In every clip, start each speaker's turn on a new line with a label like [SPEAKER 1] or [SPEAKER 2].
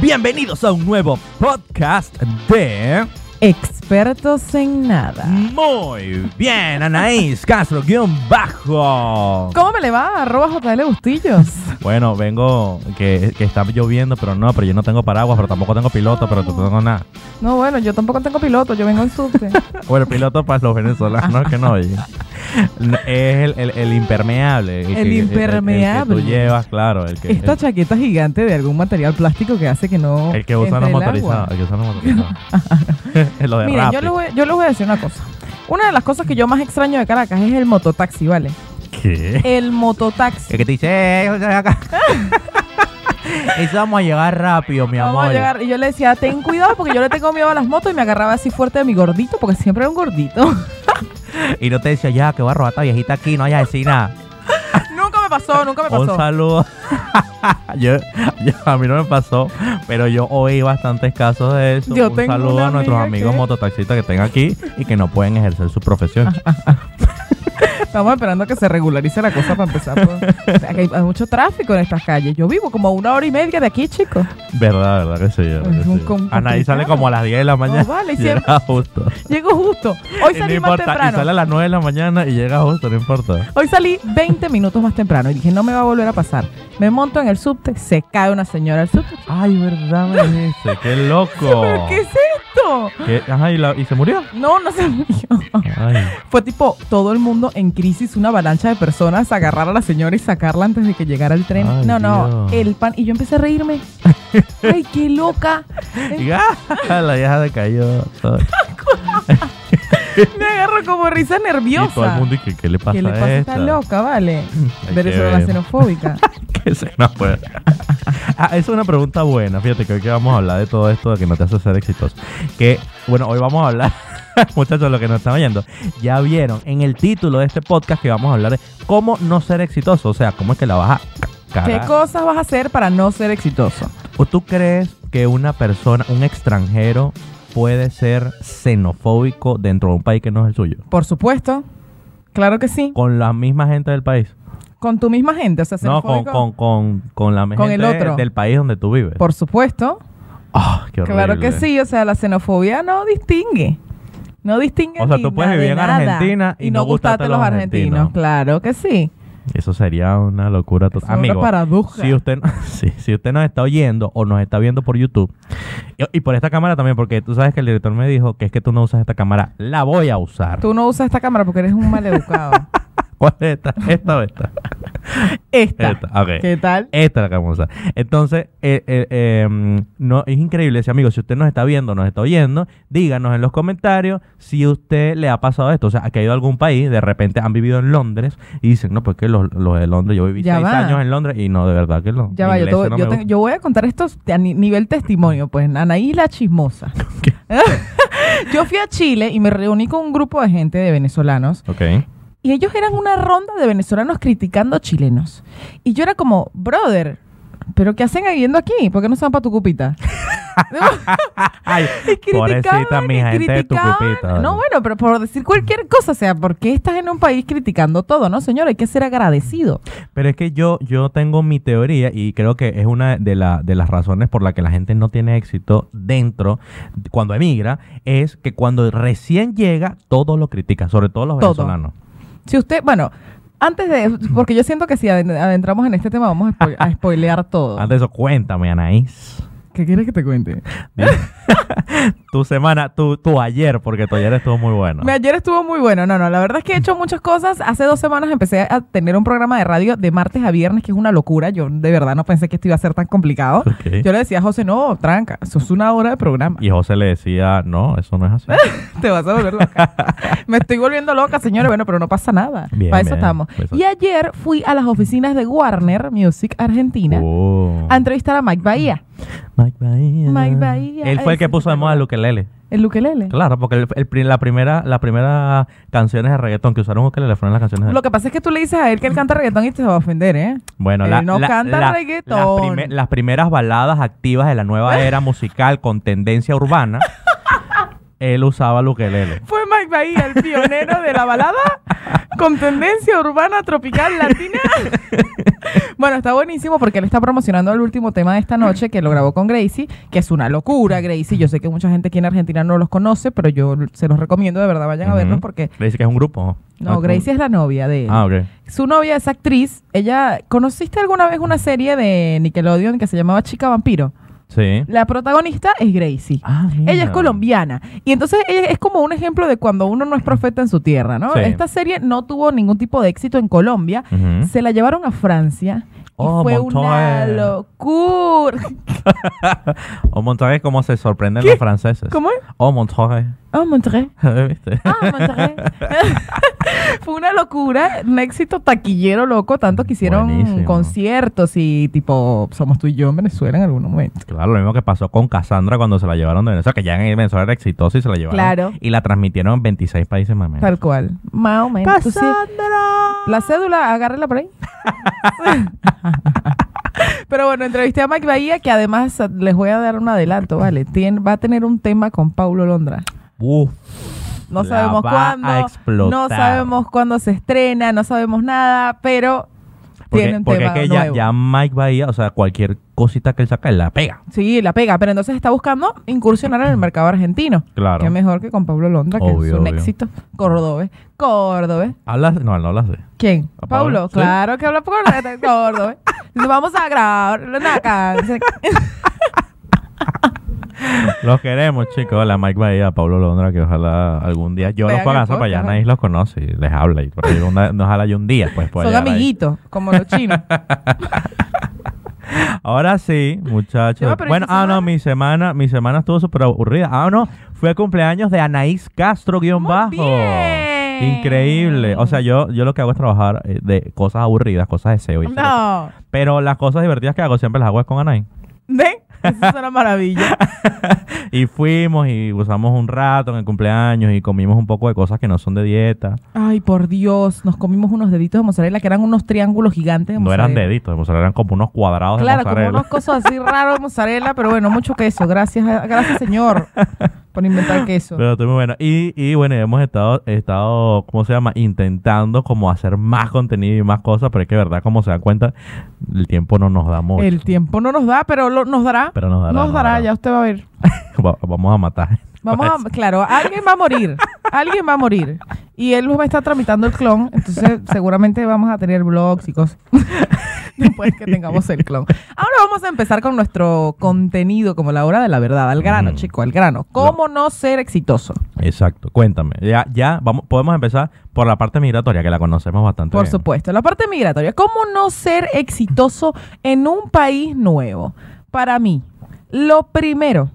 [SPEAKER 1] Bienvenidos a un nuevo podcast de
[SPEAKER 2] Expertos en nada.
[SPEAKER 1] Muy bien, Anaís Castro, guión bajo.
[SPEAKER 2] ¿Cómo me le va? Arroba JL Bustillos.
[SPEAKER 1] Bueno, vengo que, que está lloviendo, pero no, pero yo no tengo paraguas, pero tampoco tengo piloto, pero tampoco tengo nada.
[SPEAKER 2] No, bueno, yo tampoco tengo piloto, yo vengo en subte.
[SPEAKER 1] Bueno, piloto para los venezolanos que no oyen. No, Es el, el- el impermeable. que-
[SPEAKER 2] El
[SPEAKER 1] que-
[SPEAKER 2] impermeable.
[SPEAKER 1] El, que tú llevas, claro. El que,
[SPEAKER 2] Esta
[SPEAKER 1] el-
[SPEAKER 2] chaqueta gigante de algún material plástico que hace que no.
[SPEAKER 1] el que usan los
[SPEAKER 2] entre el agua.
[SPEAKER 1] motorizados. El que usan los motorizados. Lo de
[SPEAKER 2] Miren, yo
[SPEAKER 1] Rappi.
[SPEAKER 2] les, voy, yo les voy a decir una cosa. Una de las cosas que yo más extraño de Caracas es el mototaxi, ¿vale?
[SPEAKER 1] ¿Qué?
[SPEAKER 2] El
[SPEAKER 1] El
[SPEAKER 2] mototaxi.
[SPEAKER 1] que te dice, eh, ven acá. Eso vamos a llegar rápido, mi amor.
[SPEAKER 2] Vamos a llegar. Y yo le decía, ten cuidado porque yo le tengo miedo a las motos y me agarraba así fuerte de mi gordito porque siempre era un gordito.
[SPEAKER 1] Y no te decía, ya, que voy a robar a esta viejita aquí, no vayas a decir nada.
[SPEAKER 2] nunca me pasó, nunca me
[SPEAKER 1] Un
[SPEAKER 2] pasó.
[SPEAKER 1] saludo. Yo- yo- a mí no me pasó, pero yo oí bastantes casos de eso.
[SPEAKER 2] Yo
[SPEAKER 1] Un
[SPEAKER 2] tengo
[SPEAKER 1] saludo
[SPEAKER 2] una
[SPEAKER 1] a nuestros
[SPEAKER 2] amiga
[SPEAKER 1] amigos
[SPEAKER 2] que-
[SPEAKER 1] mototaxistas que estén aquí y que no pueden ejercer su profesión.
[SPEAKER 2] Estamos esperando que se regularice la cosa para empezar. pues. O sea, que hay hay mucho tráfico en estas calles. Yo vivo como a una hora y media de aquí, chicos.
[SPEAKER 1] verdad, verdad que sí. verdad que
[SPEAKER 2] Es un
[SPEAKER 1] sí.
[SPEAKER 2] con-
[SPEAKER 1] A nadie sale
[SPEAKER 2] complicado.
[SPEAKER 1] como a las 10 de la mañana.
[SPEAKER 2] No Oh, vale, y
[SPEAKER 1] Llega
[SPEAKER 2] siempre-
[SPEAKER 1] justo.
[SPEAKER 2] Llego justo. Hoy
[SPEAKER 1] Y no
[SPEAKER 2] salí más
[SPEAKER 1] importa, y sale a
[SPEAKER 2] temprano.
[SPEAKER 1] las 9 de la mañana y llega justo, no importa.
[SPEAKER 2] Hoy salí 20 minutos más temprano y dije, no me va a volver a pasar. Me monto en el subte, se cae una señora al subte.
[SPEAKER 1] Ay, verdad, me dice. Qué loco.
[SPEAKER 2] ¿Pero qué es esto?
[SPEAKER 1] ¿Qué? Ajá, ¿y, la- y se murió?
[SPEAKER 2] No, no se murió.
[SPEAKER 1] Ay.
[SPEAKER 2] Fue tipo todo el mundo en crisis, una avalancha de personas, agarrar a la señora y sacarla antes de que llegara el tren.
[SPEAKER 1] Ay,
[SPEAKER 2] no, no,
[SPEAKER 1] Dios.
[SPEAKER 2] el pan. Y yo empecé a reírme. ¡Ay, qué loca!
[SPEAKER 1] Y, ah, la vieja se cayó.
[SPEAKER 2] Me agarro como risa nerviosa.
[SPEAKER 1] Y todo el mundo, ¿y qué, qué le pasa
[SPEAKER 2] ¿Qué le pasa
[SPEAKER 1] a
[SPEAKER 2] a
[SPEAKER 1] esta?
[SPEAKER 2] esta loca, vale?
[SPEAKER 1] Hay que
[SPEAKER 2] Venezolana
[SPEAKER 1] ver.
[SPEAKER 2] xenofóbica.
[SPEAKER 1] Que se nos fue. Ah, es una pregunta buena. Fíjate que hoy que vamos a hablar de todo esto de que no te hace ser exitoso. Que, bueno, hoy vamos a hablar, muchachos, lo que nos están oyendo, ya vieron en el título de este podcast que vamos a hablar de cómo no ser exitoso. O sea, cómo es que la vas a ca-
[SPEAKER 2] ¿Qué
[SPEAKER 1] cagar.
[SPEAKER 2] cosas vas a hacer para no ser exitoso?
[SPEAKER 1] ¿O tú crees que una persona, un extranjero, puede ser xenofóbico dentro de un país que no es el suyo?
[SPEAKER 2] Por supuesto. Claro que sí.
[SPEAKER 1] Con la misma gente del país.
[SPEAKER 2] Con tu misma gente. O sea,
[SPEAKER 1] No, con,
[SPEAKER 2] xenofóbico.
[SPEAKER 1] con, con, con la
[SPEAKER 2] Con el
[SPEAKER 1] gente
[SPEAKER 2] otro.
[SPEAKER 1] del país donde tú vives.
[SPEAKER 2] Por supuesto.
[SPEAKER 1] Ah, qué
[SPEAKER 2] Claro
[SPEAKER 1] horrible.
[SPEAKER 2] que sí. O sea, la xenofobia no distingue. No distingue.
[SPEAKER 1] O sea,
[SPEAKER 2] ni
[SPEAKER 1] tú puedes
[SPEAKER 2] nada
[SPEAKER 1] vivir
[SPEAKER 2] de
[SPEAKER 1] en
[SPEAKER 2] nada.
[SPEAKER 1] Argentina y no gustarte
[SPEAKER 2] gustarte
[SPEAKER 1] los argentinos.
[SPEAKER 2] Claro que sí.
[SPEAKER 1] Eso sería una locura
[SPEAKER 2] Es
[SPEAKER 1] total.
[SPEAKER 2] una
[SPEAKER 1] Amigo,
[SPEAKER 2] paradoja.
[SPEAKER 1] si usted, sí, si usted nos está oyendo o nos está viendo por YouTube y, y por esta cámara también, porque tú sabes que el director me dijo que es que tú no usas esta cámara, la voy a usar.
[SPEAKER 2] Tú no usas esta cámara porque eres un maleducado.
[SPEAKER 1] ¿Cuál es esta? ¿Esta o esta?
[SPEAKER 2] esta.
[SPEAKER 1] Esta, ok.
[SPEAKER 2] ¿Qué tal?
[SPEAKER 1] Esta es la que vamos a usar. Entonces, eh, eh, eh, no, es increíble. Si, amigo, si usted nos está viendo, nos está oyendo, díganos en los comentarios si usted le ha pasado esto. O sea, que ha ido a algún país, de repente han vivido en Londres y dicen, no, pues que los, los de Londres, yo viví
[SPEAKER 2] Ya
[SPEAKER 1] seis
[SPEAKER 2] va.
[SPEAKER 1] años en Londres y no, de verdad que no.
[SPEAKER 2] Ya va, yo,
[SPEAKER 1] Inglés,
[SPEAKER 2] te voy-
[SPEAKER 1] no
[SPEAKER 2] yo
[SPEAKER 1] me
[SPEAKER 2] te-
[SPEAKER 1] gusta".
[SPEAKER 2] yo voy a contar esto a ni- nivel testimonio, pues, Anaí la chismosa.
[SPEAKER 1] ¿Qué?
[SPEAKER 2] yo fui a Chile y me reuní con un grupo de gente de venezolanos
[SPEAKER 1] Ok.
[SPEAKER 2] y ellos eran una ronda de venezolanos criticando chilenos. Y yo era como, brother, ¿pero qué hacen viviendo aquí? ¿Por qué no se van para tu cupita?
[SPEAKER 1] Ay,
[SPEAKER 2] Y criticaban,
[SPEAKER 1] pobrecita
[SPEAKER 2] y
[SPEAKER 1] mi gente de tu
[SPEAKER 2] criticaban.
[SPEAKER 1] cupita.
[SPEAKER 2] No, bueno, pero por decir cualquier cosa, o sea, ¿por qué estás en un país criticando todo? No, señor, hay que ser agradecido.
[SPEAKER 1] Pero es que yo, yo tengo mi teoría y creo que es una de, la- de las razones por la que la gente no tiene éxito dentro cuando emigra, es que cuando recién llega, todo lo critica, sobre todo los
[SPEAKER 2] Todo.
[SPEAKER 1] venezolanos.
[SPEAKER 2] Si usted, bueno, antes de, porque yo siento que si aden- adentramos en este tema vamos a, spo- a spoilear todo.
[SPEAKER 1] Antes de eso, cuéntame, Anaís.
[SPEAKER 2] ¿Qué quieres que te cuente?
[SPEAKER 1] tu semana, tu, tu ayer, porque tu ayer estuvo muy bueno.
[SPEAKER 2] Mi ayer estuvo muy bueno. No, no, la verdad es que he hecho muchas cosas. Hace dos semanas empecé a tener un programa de radio de martes a viernes, que es una locura. Yo de verdad no pensé que esto iba a ser tan complicado.
[SPEAKER 1] Ok.
[SPEAKER 2] Yo le decía a José, no, tranca, eso es una hora de programa.
[SPEAKER 1] Y José le decía, no, eso no es así.
[SPEAKER 2] Te vas a volver loca. Me estoy volviendo loca, señores. Bueno, pero no pasa nada.
[SPEAKER 1] Bien,
[SPEAKER 2] Para eso
[SPEAKER 1] bien.
[SPEAKER 2] estamos.
[SPEAKER 1] Eso-
[SPEAKER 2] Y ayer fui a las oficinas de Warner Music Argentina
[SPEAKER 1] Oh.
[SPEAKER 2] a entrevistar a Mike Bahía,
[SPEAKER 1] Mike Bahía.
[SPEAKER 2] Mike Bahía,
[SPEAKER 1] Él fue el que
[SPEAKER 2] ese
[SPEAKER 1] puso de moda el ukelele.
[SPEAKER 2] el ukelele.
[SPEAKER 1] Claro, porque el, el pri- la primera las primeras canciones de reggaetón que usaron ukelele fueron las canciones de
[SPEAKER 2] Lo que pasa es que tú le dices a él que él canta reggaetón y te va a ofender, ¿eh?
[SPEAKER 1] Bueno,
[SPEAKER 2] Él
[SPEAKER 1] la,
[SPEAKER 2] no
[SPEAKER 1] la-
[SPEAKER 2] canta
[SPEAKER 1] la-
[SPEAKER 2] reggaetón.
[SPEAKER 1] Las, prime- las primeras baladas activas de la nueva era musical con tendencia urbana, él usaba el ukelele.
[SPEAKER 2] Fue Mike Bahía, el pionero de la balada con tendencia urbana, tropical, latina. Bueno, está buenísimo porque él está promocionando el último tema de esta noche que lo grabó con Gracie, que es una locura, Gracie. Yo sé que mucha gente aquí en Argentina no los conoce, pero yo se los recomiendo, de verdad, vayan a verlos
[SPEAKER 1] Ujú.
[SPEAKER 2] porque...
[SPEAKER 1] Le dice que es un grupo.
[SPEAKER 2] No,
[SPEAKER 1] Ah,
[SPEAKER 2] Gracie es la novia de él.
[SPEAKER 1] Ah, ok.
[SPEAKER 2] Su novia es actriz. Ella, ¿conociste alguna vez una serie de Nickelodeon que se llamaba Chica Vampiro?
[SPEAKER 1] Sí.
[SPEAKER 2] La protagonista es Gracie.
[SPEAKER 1] Ah, mira.
[SPEAKER 2] Ella es colombiana. Y entonces ella es como un ejemplo de cuando uno no es profeta en su tierra, ¿no?
[SPEAKER 1] Sí.
[SPEAKER 2] Esta serie no tuvo ningún tipo de éxito en Colombia.
[SPEAKER 1] Ujú.
[SPEAKER 2] Se la llevaron a Francia. Y
[SPEAKER 1] ¿Mm? Oh,
[SPEAKER 2] fue una
[SPEAKER 1] Montoya.
[SPEAKER 2] locura.
[SPEAKER 1] O Montague, ¿cómo se sorprenden
[SPEAKER 2] ¿Qué?
[SPEAKER 1] los franceses?
[SPEAKER 2] ¿Cómo es?
[SPEAKER 1] O Montague.
[SPEAKER 2] Ah, Monterrey.
[SPEAKER 1] ¿Viste?
[SPEAKER 2] Ah, Monterrey. Fue una locura, un éxito taquillero loco, tanto que hicieron
[SPEAKER 1] Buenísimo.
[SPEAKER 2] conciertos y tipo, somos tú y yo en Venezuela en algún momento.
[SPEAKER 1] Claro, lo mismo que pasó con Cassandra cuando se la llevaron de Venezuela, que ya en Venezuela era exitosa y se la llevaron.
[SPEAKER 2] Claro.
[SPEAKER 1] Y la transmitieron en 26 países más o menos.
[SPEAKER 2] Tal cual. Más o menos. Tú sí- La cédula, agárrela por ahí. Pero bueno, entrevisté a Mike Bahía, que además les voy a dar un adelanto, ¿vale? Tien- va a tener un tema con Paulo Londra.
[SPEAKER 1] Uf,
[SPEAKER 2] No
[SPEAKER 1] La
[SPEAKER 2] sabemos
[SPEAKER 1] va
[SPEAKER 2] cuándo.
[SPEAKER 1] a explotar.
[SPEAKER 2] No sabemos cuándo se estrena, no sabemos nada, pero
[SPEAKER 1] porque,
[SPEAKER 2] tiene un
[SPEAKER 1] porque
[SPEAKER 2] tema
[SPEAKER 1] es que ya,
[SPEAKER 2] nuevo.
[SPEAKER 1] ya Mike Bahía, o sea, cualquier cosita que él saca, él la pega.
[SPEAKER 2] Sí, la pega, pero entonces está buscando incursionar en el mercado argentino.
[SPEAKER 1] Claro.
[SPEAKER 2] Qué mejor que con Pablo Londra, que
[SPEAKER 1] Obvio,
[SPEAKER 2] es un
[SPEAKER 1] obvio.
[SPEAKER 2] éxito. Cordobés. Cordobés.
[SPEAKER 1] Hablas, no, no hablas de.
[SPEAKER 2] ¿Quién?
[SPEAKER 1] ¿A Pablo?
[SPEAKER 2] Pablo,
[SPEAKER 1] ¿Sí?
[SPEAKER 2] claro que habla por cordobés. cordobés. Lo ¿eh? Vamos a grabar una canción.
[SPEAKER 1] Los queremos, chicos. La Mike Bahía, Pablo Londra, que ojalá algún día. Yo
[SPEAKER 2] Vean
[SPEAKER 1] los puedo
[SPEAKER 2] el
[SPEAKER 1] alcanzar para allá,
[SPEAKER 2] podcast,
[SPEAKER 1] nadie los conoce y les habla. Y por ahí una- ojalá yo un día, pues, pueda
[SPEAKER 2] Son
[SPEAKER 1] llegar ahí.
[SPEAKER 2] amiguitos, como los chinos.
[SPEAKER 1] Ahora sí, muchachos.
[SPEAKER 2] Chema, pero
[SPEAKER 1] bueno,
[SPEAKER 2] esta
[SPEAKER 1] ah, no,
[SPEAKER 2] semana-
[SPEAKER 1] mi semana, mi semana estuvo súper aburrida. Ah, no, fue cumpleaños de Anaís Castro, guión
[SPEAKER 2] Muy
[SPEAKER 1] bajo.
[SPEAKER 2] bien.
[SPEAKER 1] Increíble. O sea, yo, yo lo que hago es trabajar eh, de cosas aburridas, cosas de SEO. y cosas.
[SPEAKER 2] No.
[SPEAKER 1] Pero las cosas divertidas que hago siempre las hago es con Anaís.
[SPEAKER 2] ¿Ven? Eso es una maravilla.
[SPEAKER 1] Y fuimos y usamos un rato en el cumpleaños y comimos un poco de cosas que no son de dieta.
[SPEAKER 2] Ay, por Dios. Nos comimos unos deditos de mozzarella que eran unos triángulos gigantes de
[SPEAKER 1] No
[SPEAKER 2] mozzarella.
[SPEAKER 1] eran deditos, de mozzarella, eran como unos cuadrados
[SPEAKER 2] Claro,
[SPEAKER 1] de
[SPEAKER 2] como
[SPEAKER 1] mozzarella.
[SPEAKER 2] unos cosas así raros de mozzarella, pero bueno, mucho queso. Gracias, a- gracias señor por inventar queso.
[SPEAKER 1] Pero estoy muy bueno. Y, y bueno, hemos estado, estado, ¿cómo se llama? Intentando como hacer más contenido y más cosas, pero es que de verdad, como se dan cuenta, el tiempo no nos da mucho.
[SPEAKER 2] El tiempo no nos da, pero lo- nos dará.
[SPEAKER 1] Pero nos dará,
[SPEAKER 2] Nos
[SPEAKER 1] nos
[SPEAKER 2] dará,
[SPEAKER 1] dará.
[SPEAKER 2] ya usted va a ver.
[SPEAKER 1] Va- vamos a matar.
[SPEAKER 2] Vamos
[SPEAKER 1] Pues.
[SPEAKER 2] a, claro, alguien va a morir. Alguien va a morir. Y él me está tramitando el clon, entonces seguramente vamos a tener blogs y cosas. Después que tengamos el clon. Ahora vamos a empezar con nuestro contenido como la hora de la verdad, al grano,
[SPEAKER 1] Mm.
[SPEAKER 2] chico, al grano. ¿Cómo no ser exitoso?
[SPEAKER 1] Exacto, cuéntame. Ya, ya vamos, podemos empezar por la parte migratoria, que la conocemos bastante.
[SPEAKER 2] Por
[SPEAKER 1] bien.
[SPEAKER 2] supuesto, la parte migratoria. ¿Cómo no ser exitoso en un país nuevo? Para mí, lo primero,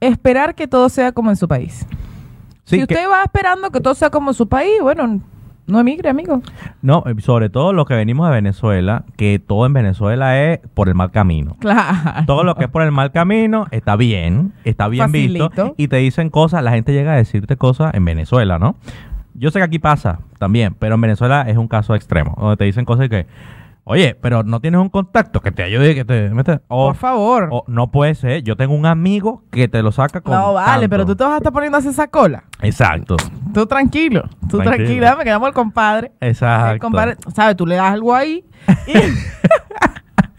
[SPEAKER 2] esperar que todo sea como en su país.
[SPEAKER 1] Sí,
[SPEAKER 2] si
[SPEAKER 1] que-
[SPEAKER 2] usted va esperando que todo sea como en su país, bueno, no emigre, amigo.
[SPEAKER 1] no, eh, sobre todo los que venimos de Venezuela, que todo en Venezuela es por el mal camino.
[SPEAKER 2] Claro.
[SPEAKER 1] Todo lo que es por el mal camino está bien, está bien
[SPEAKER 2] Facilito.
[SPEAKER 1] visto. Y te dicen cosas, la gente llega a decirte cosas en Venezuela, ¿no? Yo sé que aquí pasa también, pero en Venezuela es un caso extremo, donde te dicen cosas que, oye, pero no tienes un contacto que te ayude, que te... meta-". O,
[SPEAKER 2] Por favor.
[SPEAKER 1] o, no puede ser, yo tengo un amigo que te lo saca con
[SPEAKER 2] no, vale,
[SPEAKER 1] tanto".
[SPEAKER 2] pero tú te vas a estar poniendo a hacer esa cola.
[SPEAKER 1] Exacto,
[SPEAKER 2] Tú tranquilo, tú
[SPEAKER 1] Tranquilo.
[SPEAKER 2] tranquila, me quedamos el compadre. El
[SPEAKER 1] exacto,
[SPEAKER 2] compadre, ¿sabes? Tú le das algo ahí y,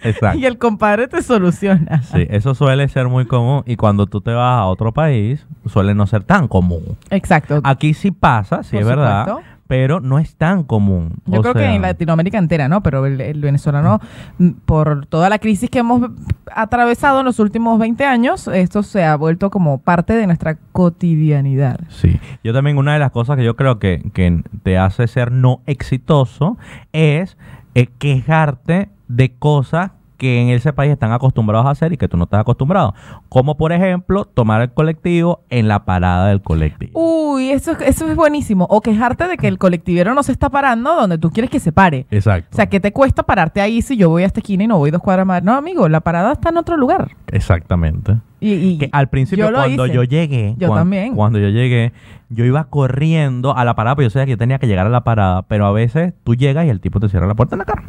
[SPEAKER 1] exacto.
[SPEAKER 2] y el compadre te soluciona.
[SPEAKER 1] Sí, eso suele ser muy común y cuando tú te vas a otro país suele no ser tan común.
[SPEAKER 2] Exacto.
[SPEAKER 1] Aquí sí pasa, sí
[SPEAKER 2] Por
[SPEAKER 1] es verdad,
[SPEAKER 2] supuesto.
[SPEAKER 1] pero no es tan común.
[SPEAKER 2] Yo
[SPEAKER 1] O
[SPEAKER 2] creo
[SPEAKER 1] sea,
[SPEAKER 2] que en Latinoamérica entera, ¿no? Pero el, el venezolano, mm, por toda la crisis que hemos atravesado en los últimos 20 años, esto se ha vuelto como parte de nuestra cotidianidad.
[SPEAKER 1] Sí. Yo también una de las cosas que yo creo que, que te hace ser no exitoso es eh, quejarte de cosas que en ese país están acostumbrados a hacer y que tú no estás acostumbrado. Como por ejemplo, tomar el colectivo en la parada del
[SPEAKER 2] Uh,
[SPEAKER 1] colectivo.
[SPEAKER 2] Uy, eso, es- eso es buenísimo. O quejarte de que el colectivero no se está parando donde tú quieres que se pare.
[SPEAKER 1] Exacto.
[SPEAKER 2] O sea, ¿qué te cuesta pararte ahí si yo voy a esta esquina y no voy dos cuadras más? No, amigo, la parada está en otro lugar.
[SPEAKER 1] Exactamente.
[SPEAKER 2] Y, y-
[SPEAKER 1] Que al principio
[SPEAKER 2] yo lo
[SPEAKER 1] cuando
[SPEAKER 2] hice.
[SPEAKER 1] yo llegué,
[SPEAKER 2] Yo
[SPEAKER 1] cuan-
[SPEAKER 2] también.
[SPEAKER 1] cuando yo llegué, yo iba pues corriendo a la parada, pero yo sabía que yo tenía que llegar a la parada, pero a veces tú llegas y el tipo te cierra la puerta en la cara.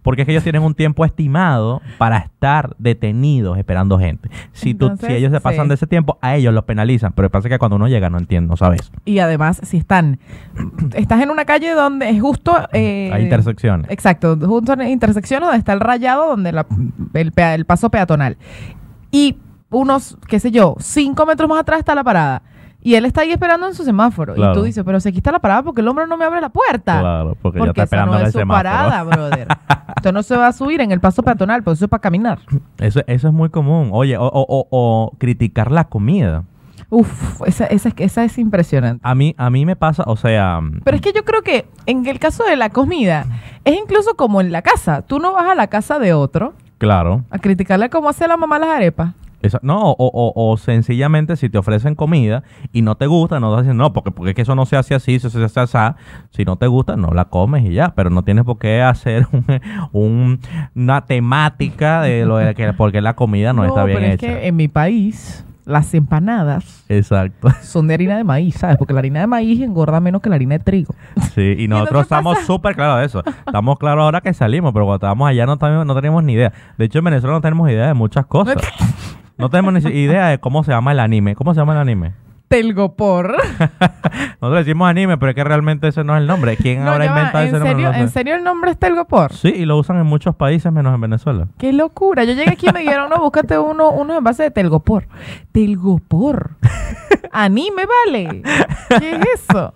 [SPEAKER 1] Porque es que ellos tienen un tiempo estimado para estar detenidos esperando gente. Si, tú,
[SPEAKER 2] Entonces,
[SPEAKER 1] si ellos se pasan
[SPEAKER 2] sí.
[SPEAKER 1] de ese tiempo, a ellos los penalizan. Pero pasa que cuando uno llega no entiende, no sabes.
[SPEAKER 2] Y además, si están, estás en una calle donde es justo... eh,
[SPEAKER 1] Hay intersecciones.
[SPEAKER 2] Exacto, junto a la intersección donde está el rayado, donde la- el, pea- el paso peatonal. Y unos, qué sé yo, cinco metros más atrás está la parada. Y él está ahí esperando en su semáforo.
[SPEAKER 1] Claro.
[SPEAKER 2] Y tú dices, pero si aquí está la parada, porque el hombre no me abre la puerta?
[SPEAKER 1] Claro, porque, ya
[SPEAKER 2] porque
[SPEAKER 1] está
[SPEAKER 2] esa
[SPEAKER 1] esperando
[SPEAKER 2] no
[SPEAKER 1] en el
[SPEAKER 2] es su
[SPEAKER 1] semáforo.
[SPEAKER 2] parada, brother. Usted no se va a subir en el paso peatonal, pues eso es para caminar.
[SPEAKER 1] Eso, eso es muy común. Oye, o, o- o- o criticar la comida.
[SPEAKER 2] Uf, esa, esa, esa es impresionante.
[SPEAKER 1] A mí, a mí me pasa, o sea,
[SPEAKER 2] Pero es que yo creo que en el caso de la comida, es incluso como en la casa. Tú no vas a la casa de otro
[SPEAKER 1] claro.
[SPEAKER 2] a criticarle cómo hace la mamá las arepas.
[SPEAKER 1] Esa- no, o, o- o sencillamente si te ofrecen comida y no te gusta, no vas a decir, no, porque, porque es que eso no se hace así, eso se hace así. Si no te gusta, no la comes y ya, pero no tienes por qué hacer un, un- una temática de lo de que porque la comida no, está bien
[SPEAKER 2] pero
[SPEAKER 1] hecha.
[SPEAKER 2] es que eh, en mi país las empanadas
[SPEAKER 1] Exacto,
[SPEAKER 2] son de harina de maíz, ¿sabes? Porque la harina de maíz engorda menos que la harina de trigo.
[SPEAKER 1] sí, y nosotros
[SPEAKER 2] entonces
[SPEAKER 1] estamos
[SPEAKER 2] pasa-
[SPEAKER 1] súper claros de eso. Estamos claros ahora que salimos, pero cuando estábamos allá no, estábamos- no teníamos ni idea. De hecho, en Venezuela no tenemos idea de muchas cosas. No tenemos ni si- idea de cómo se llama el anime. ¿Cómo se llama el anime?
[SPEAKER 2] Telgopor.
[SPEAKER 1] Nosotros decimos anime, pero es que realmente ese no es el nombre. ¿Quién
[SPEAKER 2] No,
[SPEAKER 1] habrá
[SPEAKER 2] ya va,
[SPEAKER 1] inventado
[SPEAKER 2] ¿en,
[SPEAKER 1] ese nombre?
[SPEAKER 2] serio,
[SPEAKER 1] No sé.
[SPEAKER 2] ¿En serio el nombre es Telgopor?
[SPEAKER 1] Sí, y lo usan en muchos países menos en Venezuela.
[SPEAKER 2] ¡Qué locura! Yo llegué aquí y me dijeron, no, búscate uno, uno en base de Telgopor. Telgopor. A mí me vale. ¿Qué es eso?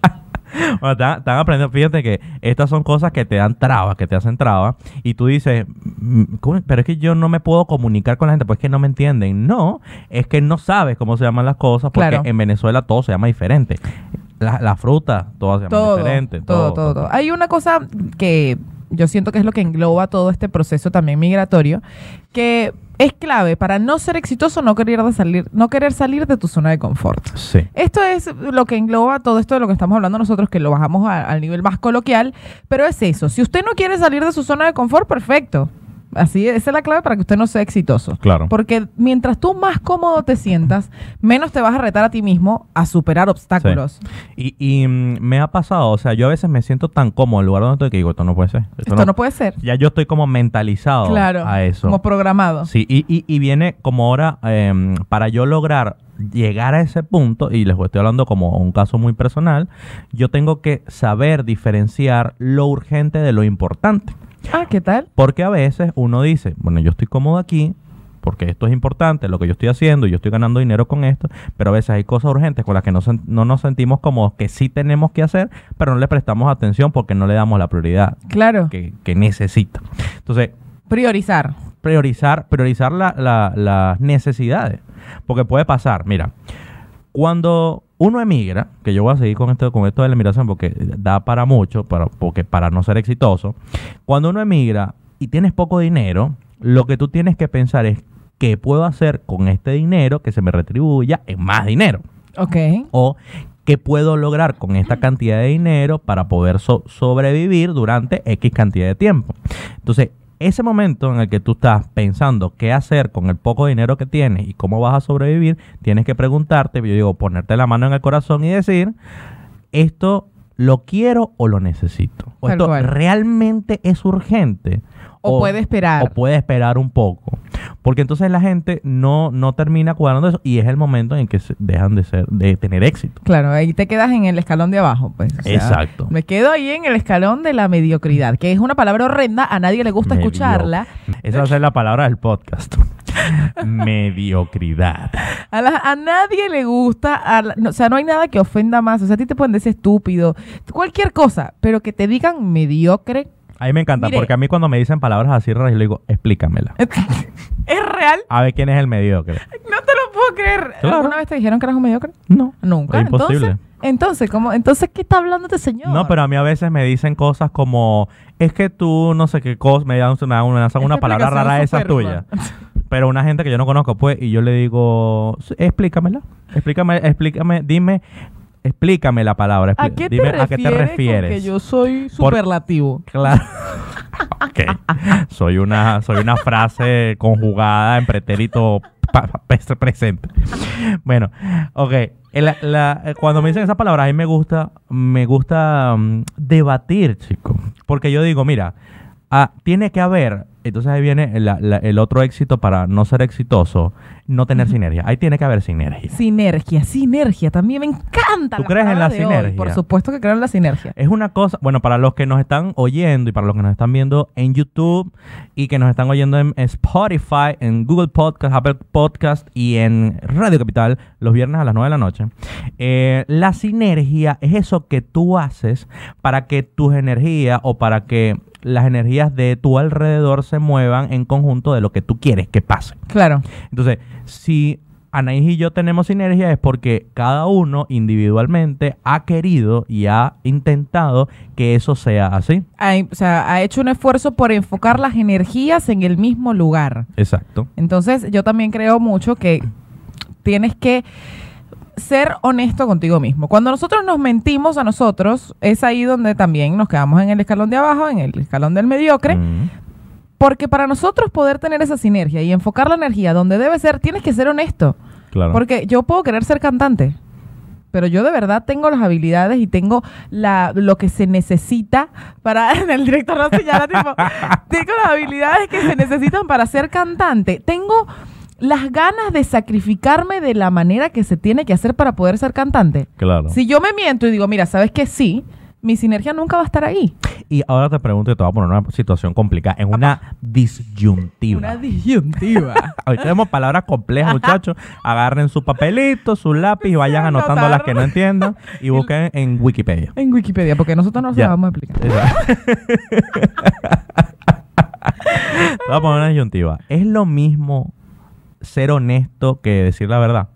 [SPEAKER 1] Bueno, están, están aprendiendo. Fíjate que estas son cosas que te dan trabas, que te hacen trabas. Y tú dices, "Mm, ¿cómo? pero es que yo no me puedo comunicar con la gente, pues es que no me entienden. No, es que no sabes cómo se llaman las cosas, porque
[SPEAKER 2] Claro.
[SPEAKER 1] en Venezuela todo se llama diferente. La, la fruta, todo se llama
[SPEAKER 2] Todo,
[SPEAKER 1] diferente.
[SPEAKER 2] todo, todo, todo. Hay una cosa que yo siento que es lo que engloba todo este proceso también migratorio, que es clave para no ser exitoso, no querer de salir, no querer salir de tu zona de confort.
[SPEAKER 1] Sí.
[SPEAKER 2] Esto es lo que engloba todo esto de lo que estamos hablando nosotros, que lo bajamos a- al nivel más coloquial, pero es eso. Si usted no quiere salir de su zona de confort, perfecto. Así, esa es la clave para que usted no sea exitoso.
[SPEAKER 1] Claro.
[SPEAKER 2] Porque mientras tú más cómodo te sientas, menos te vas a retar a ti mismo a superar obstáculos.
[SPEAKER 1] Y, y, mm, me ha pasado, o sea, yo a veces me siento tan cómodo en el lugar donde estoy que digo, esto no puede ser.
[SPEAKER 2] Esto no puede ser.
[SPEAKER 1] ya yo estoy como mentalizado
[SPEAKER 2] Claro.
[SPEAKER 1] Oh, a eso.
[SPEAKER 2] Como programado.
[SPEAKER 1] Sí, y, y, y viene como ahora, em, para yo lograr llegar a ese punto, y les estoy hablando como un caso muy personal, yo tengo que saber diferenciar lo urgente de lo importante.
[SPEAKER 2] Ah, ¿qué tal?
[SPEAKER 1] Porque a veces uno dice, bueno, yo estoy cómodo aquí, porque esto es importante, lo que yo estoy haciendo, yo estoy ganando dinero con esto, pero a veces hay cosas urgentes con las que no, sen- no nos sentimos cómodos, que sí tenemos que hacer, pero no le prestamos atención porque no le damos la prioridad
[SPEAKER 2] Claro.
[SPEAKER 1] que, que necesita. Entonces,
[SPEAKER 2] Priorizar.
[SPEAKER 1] priorizar, priorizar la- la- las necesidades. Porque puede pasar, mira, cuando uno emigra, que yo voy a seguir con esto, con esto de la emigración porque da para mucho, para, porque para no ser exitoso, cuando uno emigra y tienes poco dinero, lo que tú tienes que pensar es qué puedo hacer con este dinero que se me retribuya en más dinero
[SPEAKER 2] Ok.
[SPEAKER 1] o qué puedo lograr con esta cantidad de dinero para poder so- sobrevivir durante X cantidad de tiempo. Entonces, ese momento en el que tú estás pensando qué hacer con el poco dinero que tienes y cómo vas a sobrevivir, tienes que preguntarte, yo digo, ponerte la mano en el corazón y decir, esto lo quiero o lo necesito. O
[SPEAKER 2] Tal
[SPEAKER 1] esto
[SPEAKER 2] cual.
[SPEAKER 1] realmente es urgente.
[SPEAKER 2] O puede esperar.
[SPEAKER 1] O puede esperar un poco. Porque entonces la gente no, no termina cuadrando eso y es el momento en que se- dejan de ser, de tener éxito.
[SPEAKER 2] Claro, ahí te quedas en el escalón de abajo, pues. o sea,
[SPEAKER 1] Exacto.
[SPEAKER 2] Me quedo ahí en el escalón de la mediocridad, que es una palabra horrenda, a nadie le gusta
[SPEAKER 1] Medio-
[SPEAKER 2] escucharla.
[SPEAKER 1] Esa va a ser la palabra del podcast. Mediocridad.
[SPEAKER 2] A, la- a nadie le gusta, a la- no, o sea, no hay nada que ofenda más. O sea, a ti te pueden decir estúpido, cualquier cosa, pero que te digan mediocre.
[SPEAKER 1] A mí me encanta
[SPEAKER 2] Mire.
[SPEAKER 1] porque a mí cuando me dicen palabras así raras yo le digo, explícamela.
[SPEAKER 2] es real,
[SPEAKER 1] A ver quién es el mediocre.
[SPEAKER 2] no te lo puedo creer.
[SPEAKER 1] Claro.
[SPEAKER 2] ¿Alguna vez te dijeron que eras un mediocre?
[SPEAKER 1] No.
[SPEAKER 2] Nunca.
[SPEAKER 1] Es imposible.
[SPEAKER 2] Entonces, entonces, ¿cómo? entonces, ¿qué está hablando este señor?
[SPEAKER 1] No, pero a mí a veces me dicen cosas como, es que tú no sé qué cosa, me dan una, una, lanzan una
[SPEAKER 2] Esta
[SPEAKER 1] palabra
[SPEAKER 2] explicación
[SPEAKER 1] rara
[SPEAKER 2] es
[SPEAKER 1] esa tuya.
[SPEAKER 2] superflua.
[SPEAKER 1] Pero una gente que yo no conozco, pues, y yo le digo, "Sí, explícamela, explícame, explícame, dime, explícame la palabra,
[SPEAKER 2] ¿A
[SPEAKER 1] expli-
[SPEAKER 2] qué te
[SPEAKER 1] dime
[SPEAKER 2] refieres?
[SPEAKER 1] a qué te
[SPEAKER 2] con
[SPEAKER 1] refieres.
[SPEAKER 2] que yo soy
[SPEAKER 1] Por-
[SPEAKER 2] superlativo.
[SPEAKER 1] Claro. ok. Soy una, soy una frase conjugada en pretérito pa- pa- pres- presente. Bueno, ok. El- la- cuando me dicen esa palabra, a mí me gusta, me gusta mm, debatir, chico. Porque yo digo, mira, ah, tiene que haber, entonces ahí viene la- la- el otro éxito para no ser exitoso, no tener sinergia. Ahí tiene que haber sinergia.
[SPEAKER 2] Sinergia, sinergia, también me encanta.
[SPEAKER 1] ¿Tú
[SPEAKER 2] las
[SPEAKER 1] crees en
[SPEAKER 2] palabras
[SPEAKER 1] la
[SPEAKER 2] de hoy.
[SPEAKER 1] sinergia?
[SPEAKER 2] Por supuesto que creo en la sinergia.
[SPEAKER 1] Es una cosa, bueno, para los que nos están oyendo y para los que nos están viendo en YouTube y que nos están oyendo en Spotify, en Google Podcast, Apple Podcast y en Radio Capital los viernes a las 9 de la noche. eh, la sinergia es eso que tú haces para que tus energías o para que las energías de tu alrededor se muevan en conjunto de lo que tú quieres que pase.
[SPEAKER 2] Claro,
[SPEAKER 1] Entonces, si Anaís y yo tenemos sinergia es porque cada uno individualmente ha querido y ha intentado que eso sea así.
[SPEAKER 2] Hay- o sea, ha hecho un esfuerzo por enfocar las energías en el mismo lugar.
[SPEAKER 1] Exacto.
[SPEAKER 2] Entonces, yo también creo mucho que tienes que ser honesto contigo mismo. Cuando nosotros nos mentimos a nosotros, es ahí donde también nos quedamos en el escalón de abajo, en el escalón del mediocre,
[SPEAKER 1] Mm,
[SPEAKER 2] porque para nosotros poder tener esa sinergia y enfocar la energía donde debe ser, tienes que ser honesto.
[SPEAKER 1] claro.
[SPEAKER 2] Porque yo puedo querer ser cantante, pero yo de verdad tengo las habilidades y tengo la, lo que se necesita para. El director no señala, tipo. tengo las habilidades que se necesitan para ser cantante. Tengo las ganas de sacrificarme de la manera que se tiene que hacer para poder ser cantante.
[SPEAKER 1] claro.
[SPEAKER 2] Si yo me miento y digo, mira, ¿sabes qué? Sí, mi sinergia nunca va a estar ahí.
[SPEAKER 1] Y ahora te pregunto y te voy a poner una situación complicada, en una disyuntiva.
[SPEAKER 2] Una disyuntiva.
[SPEAKER 1] Hoy tenemos palabras complejas, muchachos. Agarren su papelito, su lápiz y vayan
[SPEAKER 2] Sí,
[SPEAKER 1] anotando
[SPEAKER 2] anotar.
[SPEAKER 1] las que no entiendan y busquen en Wikipedia.
[SPEAKER 2] en Wikipedia, porque nosotros no se
[SPEAKER 1] Ya.
[SPEAKER 2] la vamos a explicar.
[SPEAKER 1] Exacto. Te voy a poner una disyuntiva. ¿Es lo mismo ser honesto que decir la verdad?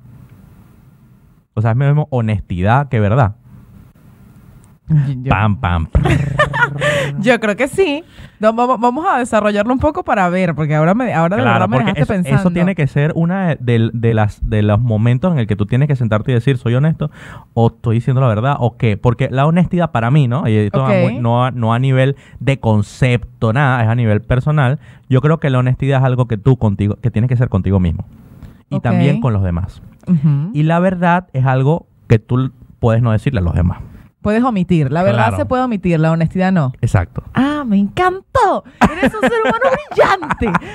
[SPEAKER 1] O sea, es lo mismo honestidad que verdad.
[SPEAKER 2] Yo-
[SPEAKER 1] Pam, pam. prr.
[SPEAKER 2] Yo creo que sí. No, vamos, vamos a desarrollarlo un poco para ver, porque ahora, me, ahora de verdad
[SPEAKER 1] Claro,
[SPEAKER 2] me
[SPEAKER 1] porque
[SPEAKER 2] dejaste
[SPEAKER 1] eso, eso
[SPEAKER 2] pensando.
[SPEAKER 1] tiene que ser una de, de- de las, de los momentos en el que tú tienes que sentarte y decir, soy honesto, o estoy diciendo la verdad, o qué. Porque la honestidad para mí, ¿no? Y esto va
[SPEAKER 2] Ok.
[SPEAKER 1] muy- no, a- no a nivel de concepto, nada, es a nivel personal. Yo creo que la honestidad es algo que tú contigo, que tienes que ser contigo mismo. Y
[SPEAKER 2] Ok.
[SPEAKER 1] también con los demás.
[SPEAKER 2] Ujú.
[SPEAKER 1] Y la verdad es algo que tú l- puedes no decirle a los demás.
[SPEAKER 2] Puedes omitir. La verdad
[SPEAKER 1] Claro.
[SPEAKER 2] se puede omitir, la honestidad no.
[SPEAKER 1] Exacto.
[SPEAKER 2] ¡Ah, me encantó! ¡Eres un ser humano brillante!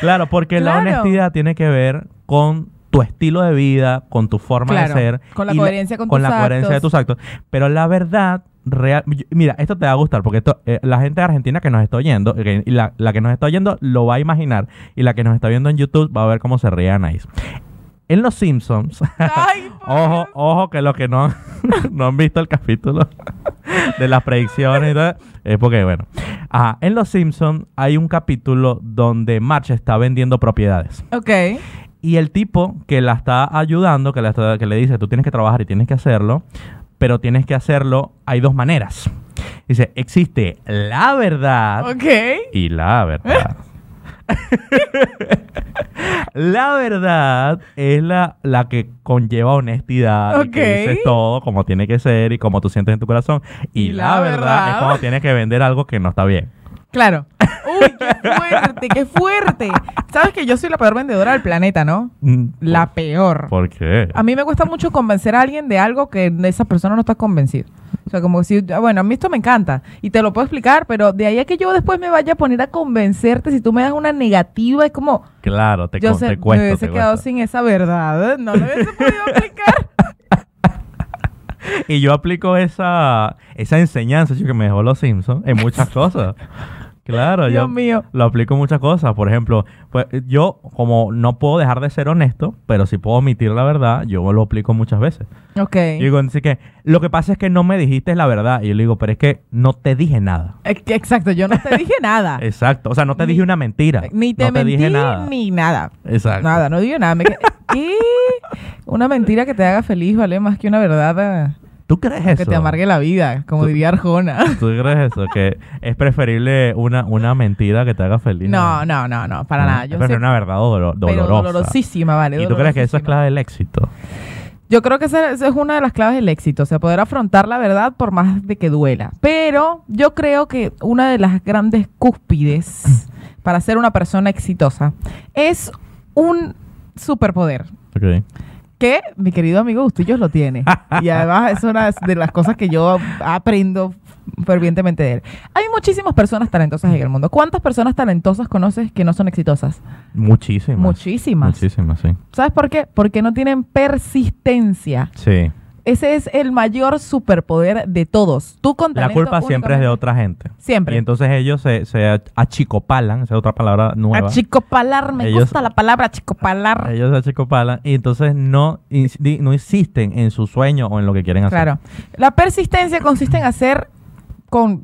[SPEAKER 1] Claro, porque
[SPEAKER 2] Claro.
[SPEAKER 1] la honestidad tiene que ver con tu estilo de vida, con tu forma
[SPEAKER 2] Claro,
[SPEAKER 1] de ser.
[SPEAKER 2] con la
[SPEAKER 1] y
[SPEAKER 2] coherencia con tus
[SPEAKER 1] la coherencia de
[SPEAKER 2] actos.
[SPEAKER 1] tus actos. Pero la verdad, real, yo- mira, esto te va a gustar, porque esto, eh, la gente de Argentina que nos está oyendo, eh, y la, la que nos está oyendo lo va a imaginar, y la que nos está viendo en YouTube va a ver cómo se ríe Anaís. En Los Simpsons,
[SPEAKER 2] Ay, por
[SPEAKER 1] ojo, ojo, que los que no, no han visto el capítulo de las predicciones y tal, es porque, bueno. Ajá, en Los Simpsons hay un capítulo donde March está vendiendo propiedades.
[SPEAKER 2] Dios. Ok.
[SPEAKER 1] Y el tipo que la está ayudando, que, la está- que le dice, tú tienes que trabajar y tienes que hacerlo, pero tienes que hacerlo, hay dos maneras. Dice, existe la verdad
[SPEAKER 2] Ok.
[SPEAKER 1] y la verdad. la verdad es la, la que conlleva honestidad. Y que
[SPEAKER 2] Ok.
[SPEAKER 1] dices todo como tiene que ser y como tú sientes en tu corazón. Y,
[SPEAKER 2] Y
[SPEAKER 1] la,
[SPEAKER 2] la
[SPEAKER 1] verdad, es
[SPEAKER 2] verdad.
[SPEAKER 1] cuando tienes que vender algo que no está bien.
[SPEAKER 2] Claro. ¡Uy, qué fuerte, qué fuerte! Sabes que yo soy la peor vendedora del planeta, ¿no?
[SPEAKER 1] Mm,
[SPEAKER 2] La Ah, peor.
[SPEAKER 1] ¿Por qué?
[SPEAKER 2] A mí me cuesta mucho convencer a alguien de algo que esa persona no está convencida. O sea, como si, ah, bueno, a mí esto me encanta y te lo puedo explicar, pero de ahí a que yo después me vaya a poner a convencerte, si tú me das una negativa, es como,
[SPEAKER 1] Claro, te,
[SPEAKER 2] yo
[SPEAKER 1] con-
[SPEAKER 2] sé,
[SPEAKER 1] te cuesta.
[SPEAKER 2] me hubiese
[SPEAKER 1] te
[SPEAKER 2] quedado
[SPEAKER 1] cuesta.
[SPEAKER 2] sin esa verdad, ¿eh? no lo hubiese podido explicar.
[SPEAKER 1] Y yo aplico esa, esa enseñanza chico, que me dejó los Simpsons en muchas cosas. Claro,
[SPEAKER 2] Dios
[SPEAKER 1] yo
[SPEAKER 2] mío.
[SPEAKER 1] lo aplico en muchas cosas. Por ejemplo, pues yo como no puedo dejar de ser honesto, pero si puedo omitir la verdad, yo lo aplico muchas veces.
[SPEAKER 2] Ok.
[SPEAKER 1] Yo digo, así que lo que pasa es que no me dijiste la verdad. Y yo le digo, pero es que no te dije nada.
[SPEAKER 2] Ex- Exacto, yo no te dije nada.
[SPEAKER 1] Exacto. O sea, no te
[SPEAKER 2] Ah. Ni-
[SPEAKER 1] dije una mentira.
[SPEAKER 2] Ni te
[SPEAKER 1] no
[SPEAKER 2] mentí
[SPEAKER 1] te dije nada.
[SPEAKER 2] ni nada.
[SPEAKER 1] Exacto.
[SPEAKER 2] Nada, no dije nada. Me quedé- ¿Qué? Una mentira que te haga feliz vale más que una verdad eh,
[SPEAKER 1] ¿Tú crees eso?
[SPEAKER 2] que te amargue la vida, como
[SPEAKER 1] Tú-
[SPEAKER 2] diría Arjona.
[SPEAKER 1] ¿Tú crees eso? Que es preferible una, una mentira que te haga feliz.
[SPEAKER 2] No, no, no, no, para nada. Yo
[SPEAKER 1] es preferible
[SPEAKER 2] sé-
[SPEAKER 1] una verdad dolo- dolorosa.
[SPEAKER 2] pero dolorosísima, vale.
[SPEAKER 1] ¿Y tú crees que eso es
[SPEAKER 2] dolorosísima.
[SPEAKER 1] clave del éxito?
[SPEAKER 2] Yo creo que esa, esa es una de las claves del éxito, o sea, poder afrontar la verdad por más de que duela. Pero yo creo que una de las grandes cúspides para ser una persona exitosa es un superpoder
[SPEAKER 1] Ok.
[SPEAKER 2] que mi querido amigo Bustillos lo tiene. Y además es una de las cosas que yo aprendo fervientemente de él. Hay muchísimas personas talentosas en el mundo. ¿Cuántas personas talentosas conoces que no son exitosas?
[SPEAKER 1] Muchísimas.
[SPEAKER 2] Muchísimas.
[SPEAKER 1] Muchísimas, sí.
[SPEAKER 2] ¿Sabes por qué? Porque no tienen persistencia.
[SPEAKER 1] Sí.
[SPEAKER 2] Ese es el mayor superpoder de todos. Tú con
[SPEAKER 1] La
[SPEAKER 2] talento
[SPEAKER 1] culpa siempre es de
[SPEAKER 2] únicamente-
[SPEAKER 1] otra gente.
[SPEAKER 2] Siempre.
[SPEAKER 1] Y entonces ellos se, se achicopalan, esa es otra palabra nueva.
[SPEAKER 2] Achicopalar, Ah, me
[SPEAKER 1] Ellos-
[SPEAKER 2] gusta la palabra achicopalar.
[SPEAKER 1] ellos se achicopalan y entonces no, ins- di- no insisten en su sueño o en lo que quieren hacer.
[SPEAKER 2] Claro. La persistencia consiste en hacer con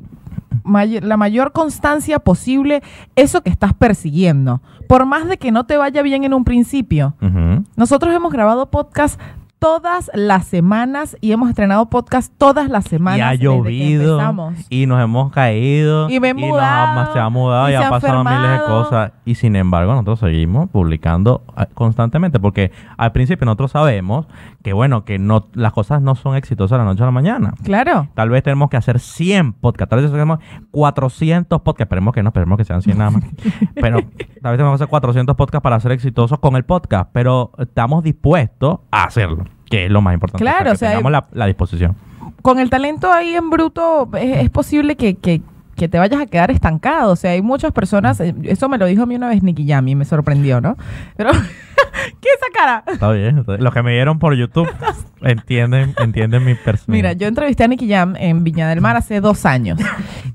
[SPEAKER 2] may- la mayor constancia posible eso que estás persiguiendo. Por más de que no te vaya bien en un principio.
[SPEAKER 1] Ujú.
[SPEAKER 2] Nosotros hemos grabado podcast todas las semanas y hemos estrenado podcast todas las semanas.
[SPEAKER 1] Y ha
[SPEAKER 2] desde que
[SPEAKER 1] llovido,
[SPEAKER 2] empezamos.
[SPEAKER 1] y nos hemos caído,
[SPEAKER 2] Y me he
[SPEAKER 1] nos ha-
[SPEAKER 2] mudado,
[SPEAKER 1] se ha mudado,
[SPEAKER 2] y
[SPEAKER 1] y,
[SPEAKER 2] se
[SPEAKER 1] ha
[SPEAKER 2] ha
[SPEAKER 1] pasado miles de
[SPEAKER 2] enfermado.
[SPEAKER 1] cosas. Y sin embargo, nosotros seguimos publicando eh, constantemente, porque al principio nosotros sabemos que, bueno, que no las cosas no son exitosas de la noche a la mañana.
[SPEAKER 2] Claro.
[SPEAKER 1] Tal vez tenemos que hacer 100 podcasts, tal vez tenemos 400 podcasts, esperemos que no, esperemos que sean 100 nada más. Pero tal vez tenemos que hacer 400 podcasts para ser exitosos con el podcast, pero estamos dispuestos a hacerlo, que es lo más importante.
[SPEAKER 2] Claro,
[SPEAKER 1] que
[SPEAKER 2] o sea,
[SPEAKER 1] tengamos la, la disposición.
[SPEAKER 2] con el talento ahí en bruto es, es posible que, que- que te vayas a quedar estancado. O sea, hay muchas personas, eh, eso me lo dijo a mí una vez Nicky Jam y me sorprendió, ¿no? Pero, ¿qué esa cara?
[SPEAKER 1] Está bien. está bien. Los que me vieron por YouTube entienden, entienden mi persona.
[SPEAKER 2] Mira, yo entrevisté a Nicky Jam en Viña del Mar hace dos años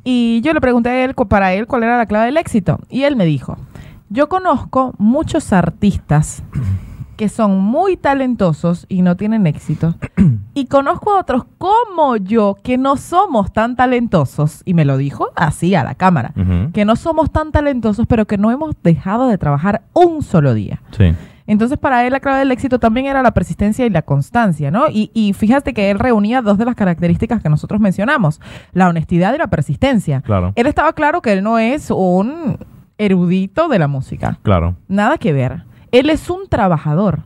[SPEAKER 2] y yo le pregunté a él, cu- para él cuál era la clave del éxito y él me dijo, yo conozco muchos artistas que son muy talentosos y no tienen éxito y conozco a otros como yo que no somos tan talentosos y me lo dijo así a la cámara,
[SPEAKER 1] Ujú.
[SPEAKER 2] que no somos tan talentosos pero que no hemos dejado de trabajar un solo día.
[SPEAKER 1] Sí.
[SPEAKER 2] Entonces, para él, la clave del éxito también era la persistencia y la constancia, ¿no? Y, y fíjate que él reunía dos de las características que nosotros mencionamos: la honestidad y la persistencia.
[SPEAKER 1] Claro.
[SPEAKER 2] Él estaba claro que él no es un erudito de la música.
[SPEAKER 1] Claro.
[SPEAKER 2] Nada que ver. Él es un trabajador.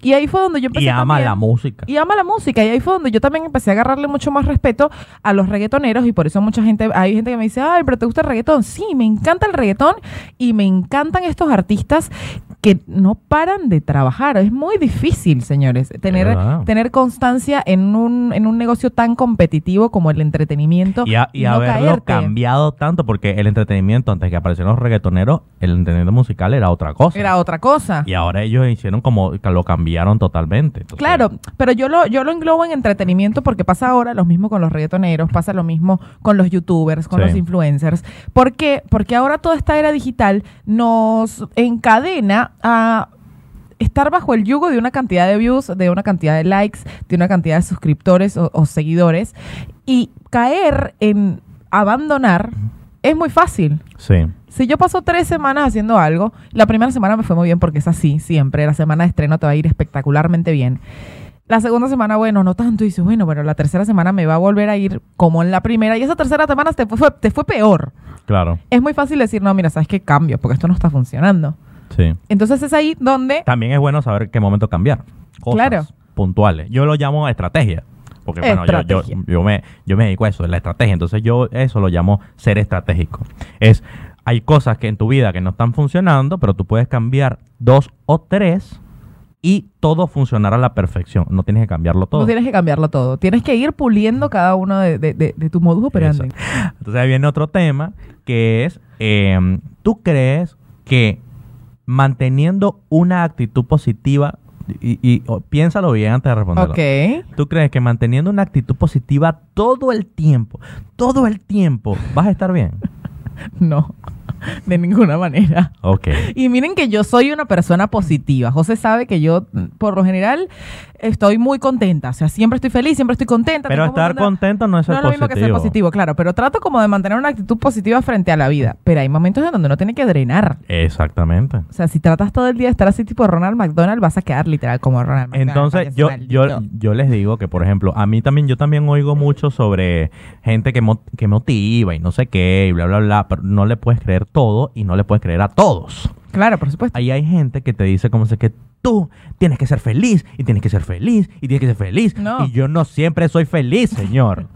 [SPEAKER 2] Y ahí fue donde yo empecé.
[SPEAKER 1] Y ama
[SPEAKER 2] también-
[SPEAKER 1] la música.
[SPEAKER 2] y ama la música. Y ahí fue donde yo también empecé a agarrarle mucho más respeto a los reggaetoneros. Y por eso mucha gente, hay gente que me dice, ay, pero ¿te gusta el reggaetón? Sí, me encanta el reggaetón y me encantan estos artistas que no paran de trabajar. Es muy difícil, señores, tener,
[SPEAKER 1] verdad.
[SPEAKER 2] tener constancia en un, en un negocio tan competitivo como el entretenimiento.
[SPEAKER 1] Y, a- y
[SPEAKER 2] no
[SPEAKER 1] haberlo
[SPEAKER 2] caerte.
[SPEAKER 1] cambiado tanto, porque el entretenimiento, antes que aparecieran los reggaetoneros, el entretenimiento musical era otra cosa.
[SPEAKER 2] Era otra cosa.
[SPEAKER 1] Y ahora ellos hicieron como que lo cambiaron totalmente. Entonces,
[SPEAKER 2] Claro, pero yo lo, yo lo englobo en entretenimiento porque pasa ahora lo mismo con los reggaetoneros, pasa lo mismo con los youtubers, con
[SPEAKER 1] Sí.
[SPEAKER 2] los influencers. ¿Por qué? Porque ahora toda esta era digital nos encadena a estar bajo el yugo de una cantidad de views, de una cantidad de likes, de una cantidad de suscriptores o, o seguidores y caer en abandonar es muy fácil.
[SPEAKER 1] Sí.
[SPEAKER 2] Si yo paso tres semanas haciendo algo, la primera semana me fue muy bien porque es así, siempre. La semana de estreno te va a ir espectacularmente bien. La segunda semana, bueno, no tanto. Y dices, bueno, bueno, la tercera semana me va a volver a ir como en la primera. Y esa tercera semana te fue, te fue peor.
[SPEAKER 1] Claro.
[SPEAKER 2] Es muy fácil decir, no, mira, ¿sabes qué? Cambio, porque esto no está funcionando.
[SPEAKER 1] Sí.
[SPEAKER 2] Entonces es ahí donde...
[SPEAKER 1] También es bueno saber qué momento cambiar. Cosas
[SPEAKER 2] Claro.
[SPEAKER 1] puntuales. Yo lo llamo estrategia. Porque bueno, yo- yo,
[SPEAKER 2] Estrategia.
[SPEAKER 1] yo me, yo me dedico a eso, de la estrategia. Entonces yo eso lo llamo ser estratégico. Es, hay cosas que en tu vida que no están funcionando, pero tú puedes cambiar dos o tres y todo funcionará a la perfección. No tienes que cambiarlo todo.
[SPEAKER 2] No tienes que cambiarlo todo. Tienes que ir puliendo cada uno de, de, de- de tu modus operandi.
[SPEAKER 1] Exacto. Entonces ahí viene otro tema que es, eh, ¿tú crees que manteniendo una actitud positiva, y, y- o- piénsalo bien antes de responderlo,
[SPEAKER 2] Ok.
[SPEAKER 1] ¿tú crees que manteniendo una actitud positiva todo el tiempo, todo el tiempo, vas a estar bien?
[SPEAKER 2] No, de ninguna manera.
[SPEAKER 1] Ok.
[SPEAKER 2] Y miren que yo soy una persona positiva. José sabe que yo, por lo general, estoy muy contenta. O sea, siempre estoy feliz, siempre estoy contenta.
[SPEAKER 1] Pero
[SPEAKER 2] tengo un
[SPEAKER 1] estar
[SPEAKER 2] montón de-
[SPEAKER 1] contento no es
[SPEAKER 2] No
[SPEAKER 1] ser
[SPEAKER 2] es lo mismo que ser positivo, claro. Pero trato como de mantener una actitud positiva frente a la vida. Pero hay momentos en donde uno tiene que drenar.
[SPEAKER 1] Exactamente.
[SPEAKER 2] O sea, si tratas todo el día de estar así tipo Ronald McDonald, vas a quedar literal como Ronald McDonald.
[SPEAKER 1] Entonces,
[SPEAKER 2] parece
[SPEAKER 1] yo, yo,
[SPEAKER 2] maldito.
[SPEAKER 1] yo les digo que, por ejemplo, a mí también, yo también oigo mucho sobre gente que, mo- que motiva y no sé qué, y bla, bla, bla, pero no le puedes creer todo y no le puedes creer a todos.
[SPEAKER 2] Claro, por supuesto.
[SPEAKER 1] Ahí hay gente que te dice como si que tú tienes que ser feliz y tienes que ser feliz y tienes que ser feliz.
[SPEAKER 2] No.
[SPEAKER 1] Y yo no siempre soy feliz, señor.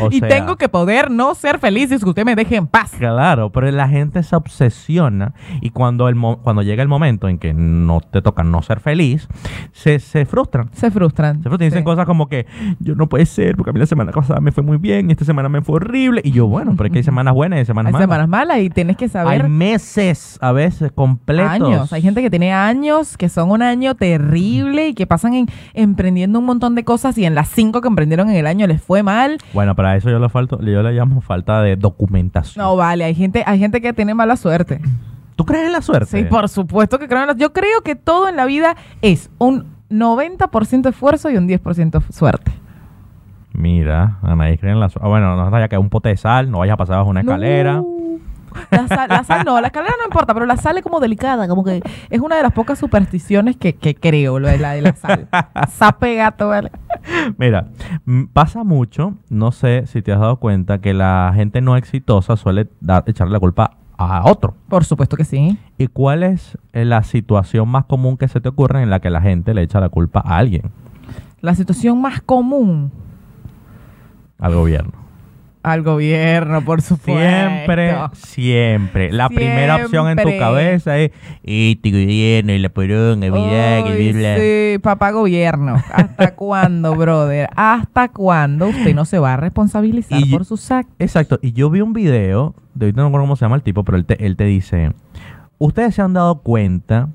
[SPEAKER 1] O
[SPEAKER 2] y
[SPEAKER 1] sea-
[SPEAKER 2] tengo que poder no ser feliz y que usted me deje en paz.
[SPEAKER 1] Claro, pero la gente se obsesiona y cuando, el mo- cuando llega el momento en que no te toca no ser feliz, se, se frustran.
[SPEAKER 2] Se frustran.
[SPEAKER 1] Se frustran y dicen
[SPEAKER 2] Sí.
[SPEAKER 1] cosas como que yo no puede ser porque a mí la semana pasada me fue muy bien y esta semana me fue horrible. Y yo, bueno, pero es que hay semanas buenas y hay semanas
[SPEAKER 2] Hay
[SPEAKER 1] malas.
[SPEAKER 2] semanas malas y tienes que
[SPEAKER 1] hay
[SPEAKER 2] saber
[SPEAKER 1] meses a veces completos.
[SPEAKER 2] años. Hay gente que tiene años, que son un año terrible y que pasan en- emprendiendo un montón de cosas y en las cinco que emprendieron en el año les fue mal.
[SPEAKER 1] Bueno, para eso yo le, falto, yo le llamo falta de documentación.
[SPEAKER 2] No vale, hay gente, hay gente que tiene mala suerte.
[SPEAKER 1] ¿Tú crees en la suerte?
[SPEAKER 2] Sí, por supuesto que creo en la- Yo creo que todo en la vida es un 90% esfuerzo y un 10% suerte.
[SPEAKER 1] Mira, Anaí cree en la suerte. Ah, bueno, no haya que un pote de sal, no vayas a pasar bajo una escalera.
[SPEAKER 2] No. La sal, la sal no, la escalera no importa, pero la sal es como delicada, como que es una de las pocas supersticiones que, que creo, lo de la de la sal. Sape gato, ¿vale?
[SPEAKER 1] Mira, mm, pasa mucho, no sé si te has dado cuenta, que la gente no exitosa suele dar, echarle la culpa a otro.
[SPEAKER 2] Por supuesto que sí.
[SPEAKER 1] ¿Y cuál es eh, la situación más común que se te ocurre en la que la gente le echa la culpa a alguien?
[SPEAKER 2] La situación más común
[SPEAKER 1] Al gobierno.
[SPEAKER 2] al gobierno, por supuesto.
[SPEAKER 1] Siempre, siempre. La primera opción en tu
[SPEAKER 2] Siempre.
[SPEAKER 1] cabeza es este gobierno y la poronga, mira, que
[SPEAKER 2] Ay,
[SPEAKER 1] bla".
[SPEAKER 2] sí, papá gobierno. ¿Hasta cuándo, brother? ¿Hasta cuándo usted no se va a responsabilizar
[SPEAKER 1] Y-
[SPEAKER 2] por sus actos?
[SPEAKER 1] Exacto. Y yo vi un video, de ahorita no recuerdo cómo se llama el tipo, pero él te, él te dice, ustedes se han dado cuenta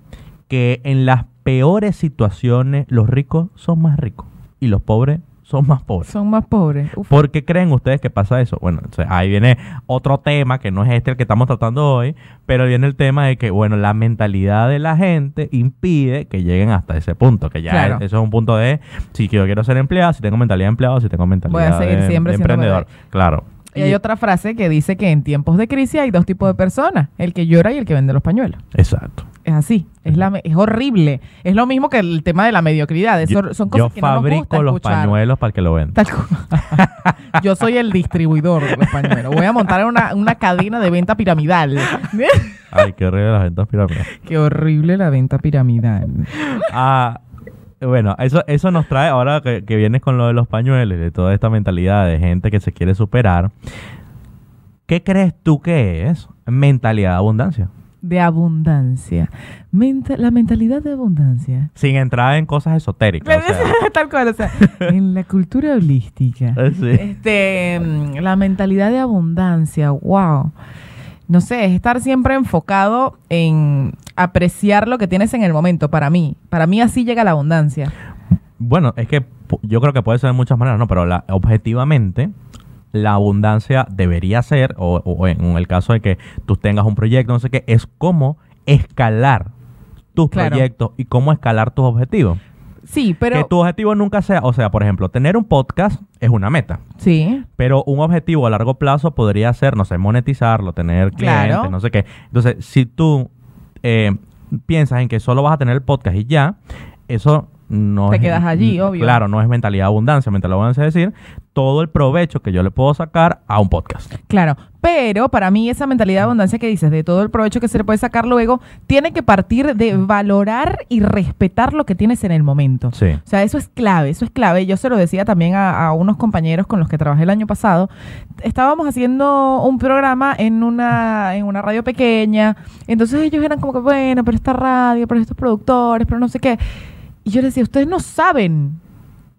[SPEAKER 1] que en las peores situaciones los ricos son más ricos y los pobres son más pobres.
[SPEAKER 2] Son más pobres. Uf.
[SPEAKER 1] ¿Por qué creen ustedes que pasa eso? Bueno, o sea, ahí viene otro tema que no es este el que estamos tratando hoy, pero viene el tema de que, bueno, la mentalidad de la gente impide que lleguen hasta ese punto, que ya
[SPEAKER 2] Claro.
[SPEAKER 1] es- eso es un punto de si yo quiero ser empleado, si tengo mentalidad de empleado, si tengo mentalidad
[SPEAKER 2] seguir
[SPEAKER 1] de,
[SPEAKER 2] siempre
[SPEAKER 1] de
[SPEAKER 2] siendo
[SPEAKER 1] emprendedor. Claro.
[SPEAKER 2] Y hay otra frase que dice que en tiempos de crisis hay dos tipos de personas, el que llora y el que vende los pañuelos.
[SPEAKER 1] Exacto.
[SPEAKER 2] Es así, es, la, me- es horrible. Es lo mismo que el tema de la mediocridad. Eso- son cosas
[SPEAKER 1] yo
[SPEAKER 2] que no nos
[SPEAKER 1] fabrico
[SPEAKER 2] gusta
[SPEAKER 1] los
[SPEAKER 2] escuchar.
[SPEAKER 1] pañuelos para que lo vendan.
[SPEAKER 2] Tal cu- Yo soy el distribuidor de los pañuelos. Voy a montar una, una cadena de venta piramidal.
[SPEAKER 1] Ay, qué horrible las ventas pirámides.
[SPEAKER 2] Qué horrible la venta piramidal.
[SPEAKER 1] Ah, bueno, eso, eso nos trae ahora que, que vienes con lo de los pañuelos, de toda esta mentalidad de gente que se quiere superar. ¿Qué crees tú que es mentalidad de abundancia?
[SPEAKER 2] De abundancia. Menta- la mentalidad de abundancia.
[SPEAKER 1] Sin entrar en cosas esotéricas. o sea,
[SPEAKER 2] Tal cual, o sea, en la cultura holística.
[SPEAKER 1] eh, sí.
[SPEAKER 2] Este, mm, la mentalidad de abundancia, wow. No sé, es estar siempre enfocado en apreciar lo que tienes en el momento, para mí. Para mí así llega la abundancia.
[SPEAKER 1] Bueno, es que pu- yo creo que puede ser de muchas maneras, ¿no? Pero la, objetivamente, la abundancia debería ser, o, o en el caso de que tú tengas un proyecto, no sé qué, es cómo escalar tus
[SPEAKER 2] Claro.
[SPEAKER 1] proyectos y cómo escalar tus objetivos.
[SPEAKER 2] Sí, pero...
[SPEAKER 1] que tu objetivo nunca sea, o sea, por ejemplo, tener un podcast es una meta.
[SPEAKER 2] Sí,
[SPEAKER 1] Pero un objetivo a largo plazo podría ser, no sé, monetizarlo, tener clientes,
[SPEAKER 2] Claro.
[SPEAKER 1] no sé qué. Entonces, si tú eh, piensas en que solo vas a tener el podcast y ya, eso no
[SPEAKER 2] Te
[SPEAKER 1] es-
[SPEAKER 2] quedas allí,
[SPEAKER 1] mm,
[SPEAKER 2] obvio.
[SPEAKER 1] Claro, no es mentalidad de abundancia. Mentalidad de abundancia es decir, todo el provecho que yo le puedo sacar a un podcast.
[SPEAKER 2] claro. Pero para mí esa mentalidad de abundancia que dices, de todo el provecho que se le puede sacar luego, tiene que partir de valorar y respetar lo que tienes en el momento.
[SPEAKER 1] Sí.
[SPEAKER 2] O sea, eso es clave, eso es clave. Yo se lo decía también a, a unos compañeros con los que trabajé el año pasado. Estábamos haciendo un programa en una, en una radio pequeña. Entonces ellos eran como que, bueno, pero esta radio, pero estos productores, pero no sé qué. Y yo les decía, ustedes no saben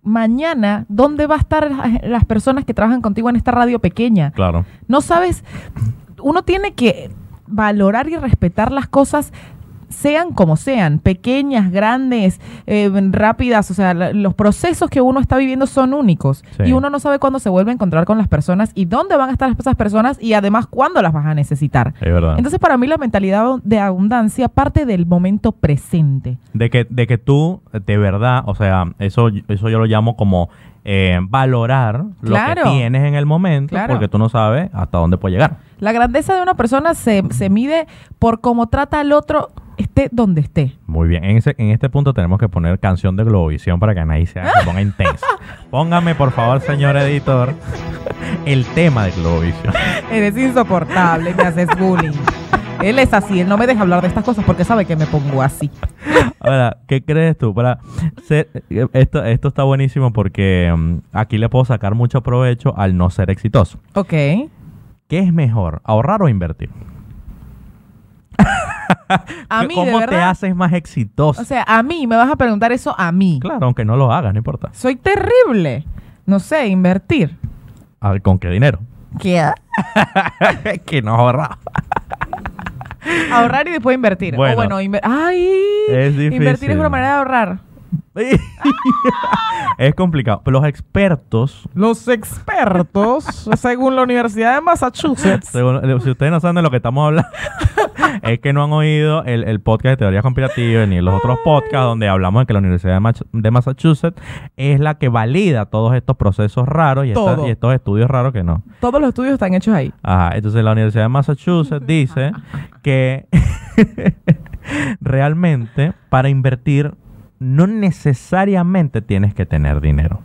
[SPEAKER 2] mañana dónde va a estar las, las personas que trabajan contigo en esta radio pequeña.
[SPEAKER 1] Claro.
[SPEAKER 2] No sabes, uno tiene que valorar y respetar las cosas sean como sean, pequeñas, grandes, eh, rápidas, o sea, la- los procesos que uno está viviendo son únicos
[SPEAKER 1] Sí.
[SPEAKER 2] y uno no sabe cuándo se vuelve a encontrar con las personas y dónde van a estar esas personas y además cuándo las vas a necesitar.
[SPEAKER 1] Es verdad.
[SPEAKER 2] Entonces, para mí la mentalidad de abundancia parte del momento presente.
[SPEAKER 1] De que, de que tú, de verdad, o sea, eso, eso yo lo llamo como eh, valorar lo
[SPEAKER 2] Claro.
[SPEAKER 1] que tienes en el momento,
[SPEAKER 2] Claro.
[SPEAKER 1] porque tú no sabes hasta dónde puede llegar.
[SPEAKER 2] La grandeza de una persona se, se mide por cómo trata al otro, esté donde esté.
[SPEAKER 1] Muy bien, en, ese- en este punto tenemos que poner canción de Globovisión para que Anaí se se ponga intensa. Póngame, por favor, señor editor, el tema de Globovisión.
[SPEAKER 2] Eres insoportable, me haces bullying. Él es así, él no me deja hablar de estas cosas porque sabe que me pongo así.
[SPEAKER 1] Ahora, ¿qué crees tú? Para ser, esto, esto está buenísimo porque mm, aquí le puedo sacar mucho provecho al no ser exitoso.
[SPEAKER 2] Ok.
[SPEAKER 1] ¿Qué es mejor, ahorrar o invertir?
[SPEAKER 2] A mí, de
[SPEAKER 1] ¿Cómo te
[SPEAKER 2] verdad.
[SPEAKER 1] haces más exitoso?
[SPEAKER 2] O sea, a mí, me vas a preguntar eso a mí.
[SPEAKER 1] claro, aunque no lo hagas, no importa.
[SPEAKER 2] Soy terrible. No sé, invertir.
[SPEAKER 1] A ver, Ah, ¿Con qué dinero?
[SPEAKER 2] ¿Qué?
[SPEAKER 1] que no ahorra.
[SPEAKER 2] Ahorrar y después invertir. O
[SPEAKER 1] Bueno.
[SPEAKER 2] bueno, inver- ¡Ay!
[SPEAKER 1] Es difícil.
[SPEAKER 2] Invertir es una manera de ahorrar.
[SPEAKER 1] es complicado. Los expertos,
[SPEAKER 2] Los expertos, según la Universidad de Massachusetts.
[SPEAKER 1] según- eh, si ustedes no saben de lo que estamos hablando, es que no han oído el, el podcast de teoría conspirativa ni los otros podcasts donde hablamos de que la Universidad de, Mach- de Massachusetts es la que valida todos estos procesos raros y, esta-
[SPEAKER 2] Todo.
[SPEAKER 1] y estos estudios raros que no.
[SPEAKER 2] Todos los estudios están hechos ahí.
[SPEAKER 1] Ajá, entonces la Universidad de Massachusetts dice que realmente para invertir no necesariamente tienes que tener dinero.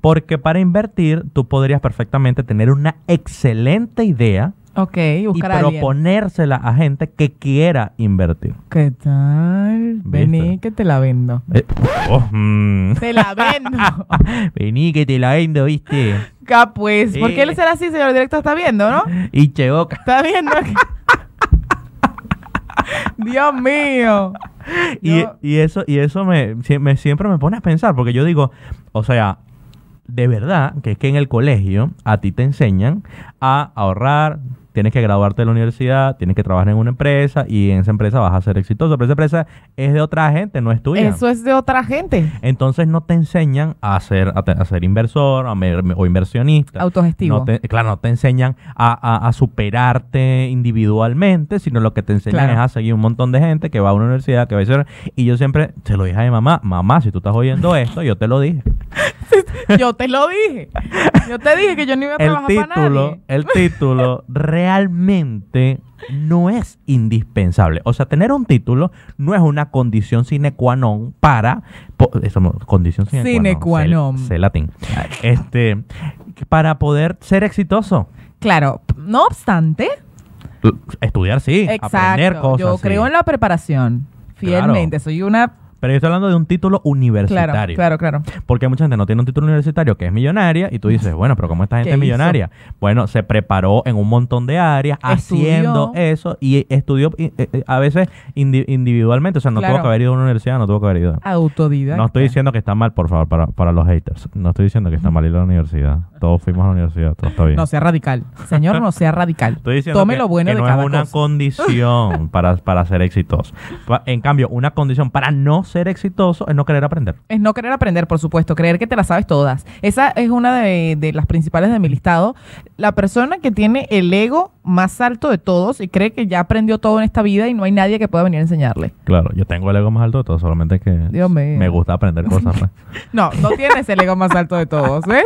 [SPEAKER 1] Porque para invertir tú podrías perfectamente tener una excelente idea
[SPEAKER 2] Ok, buscar a
[SPEAKER 1] y
[SPEAKER 2] alguien.
[SPEAKER 1] proponérsela a gente que quiera invertir.
[SPEAKER 2] ¿Qué tal? Vení que te la vendo.
[SPEAKER 1] Eh, oh, mm.
[SPEAKER 2] Te la vendo.
[SPEAKER 1] Vení que te la vendo, ¿viste?
[SPEAKER 2] Ca, pues. ¿Por
[SPEAKER 1] Sí.
[SPEAKER 2] qué él será así, señor director? ¿Está viendo, no?
[SPEAKER 1] Y che boca.
[SPEAKER 2] ¿Está viendo? Dios mío.
[SPEAKER 1] Y,
[SPEAKER 2] Yo-
[SPEAKER 1] y eso, y eso me, sie- me- siempre me pone a pensar, porque yo digo, o sea, de verdad que es que en el colegio a ti te enseñan a ahorrar, tienes que graduarte de la universidad, tienes que trabajar en una empresa y en esa empresa vas a ser exitoso, pero esa empresa es de otra gente, no es tuya.
[SPEAKER 2] Eso es de otra gente.
[SPEAKER 1] Entonces no te enseñan a ser, a, te- a ser inversor a mer- o inversionista.
[SPEAKER 2] Autogestivo.
[SPEAKER 1] No te- claro, no te enseñan a, a- a superarte individualmente, sino lo que te enseñan
[SPEAKER 2] Claro.
[SPEAKER 1] es a seguir un montón de gente que va a una universidad, que va a hacer... Y yo siempre se lo dije a mi mamá, mamá, si tú estás oyendo esto, yo te lo dije.
[SPEAKER 2] Yo te lo dije. Yo te dije que yo no iba a
[SPEAKER 1] El
[SPEAKER 2] trabajar para
[SPEAKER 1] título,
[SPEAKER 2] nadie.
[SPEAKER 1] el título realmente no es indispensable. O sea, tener un título no es una condición sine qua non para... po- eso no, condición sine,
[SPEAKER 2] Sine qua non.
[SPEAKER 1] Sé, sé latín. Este, para poder ser exitoso.
[SPEAKER 2] Claro, no obstante,
[SPEAKER 1] Estudiar sí, aprender
[SPEAKER 2] exacto.
[SPEAKER 1] cosas.
[SPEAKER 2] Yo
[SPEAKER 1] sí.
[SPEAKER 2] creo en la preparación. Fielmente, soy una.
[SPEAKER 1] Pero yo estoy hablando de un título
[SPEAKER 2] Claro,
[SPEAKER 1] universitario.
[SPEAKER 2] claro, claro.
[SPEAKER 1] Porque mucha gente no tiene un título universitario que es millonaria y tú dices, bueno, pero ¿cómo esta gente
[SPEAKER 2] ¿Qué
[SPEAKER 1] es millonaria? Bueno, se preparó en un montón de áreas
[SPEAKER 2] Estudió.
[SPEAKER 1] haciendo eso y estudió eh, eh, a veces indi- individualmente. O sea, no
[SPEAKER 2] Claro.
[SPEAKER 1] tuvo que haber ido a una universidad, no tuvo que haber ido.
[SPEAKER 2] Autodidacta.
[SPEAKER 1] No estoy diciendo que está mal, por favor, para, para los haters. No estoy diciendo que está mal ir a la universidad. Todos fuimos a la universidad, todo está bien.
[SPEAKER 2] No sea radical. Señor, no sea radical.
[SPEAKER 1] Estoy diciendo
[SPEAKER 2] Tome
[SPEAKER 1] que,
[SPEAKER 2] lo bueno
[SPEAKER 1] que
[SPEAKER 2] de
[SPEAKER 1] no
[SPEAKER 2] cada
[SPEAKER 1] es una
[SPEAKER 2] cosa.
[SPEAKER 1] condición para, para ser exitoso. Pa- En cambio, una condición para no ser exitoso es no querer aprender.
[SPEAKER 2] Es no querer aprender, por supuesto, creer que te las sabes todas. Esa es una de, de las principales de mi listado. La persona que tiene el ego más alto de todos y cree que ya aprendió todo en esta vida y no hay nadie que pueda venir a enseñarle.
[SPEAKER 1] Claro, yo tengo el ego más alto de todo, solamente que
[SPEAKER 2] Dios mío.
[SPEAKER 1] me gusta aprender cosas. pues.
[SPEAKER 2] No, no tienes el ego más alto de todos, ¿ves?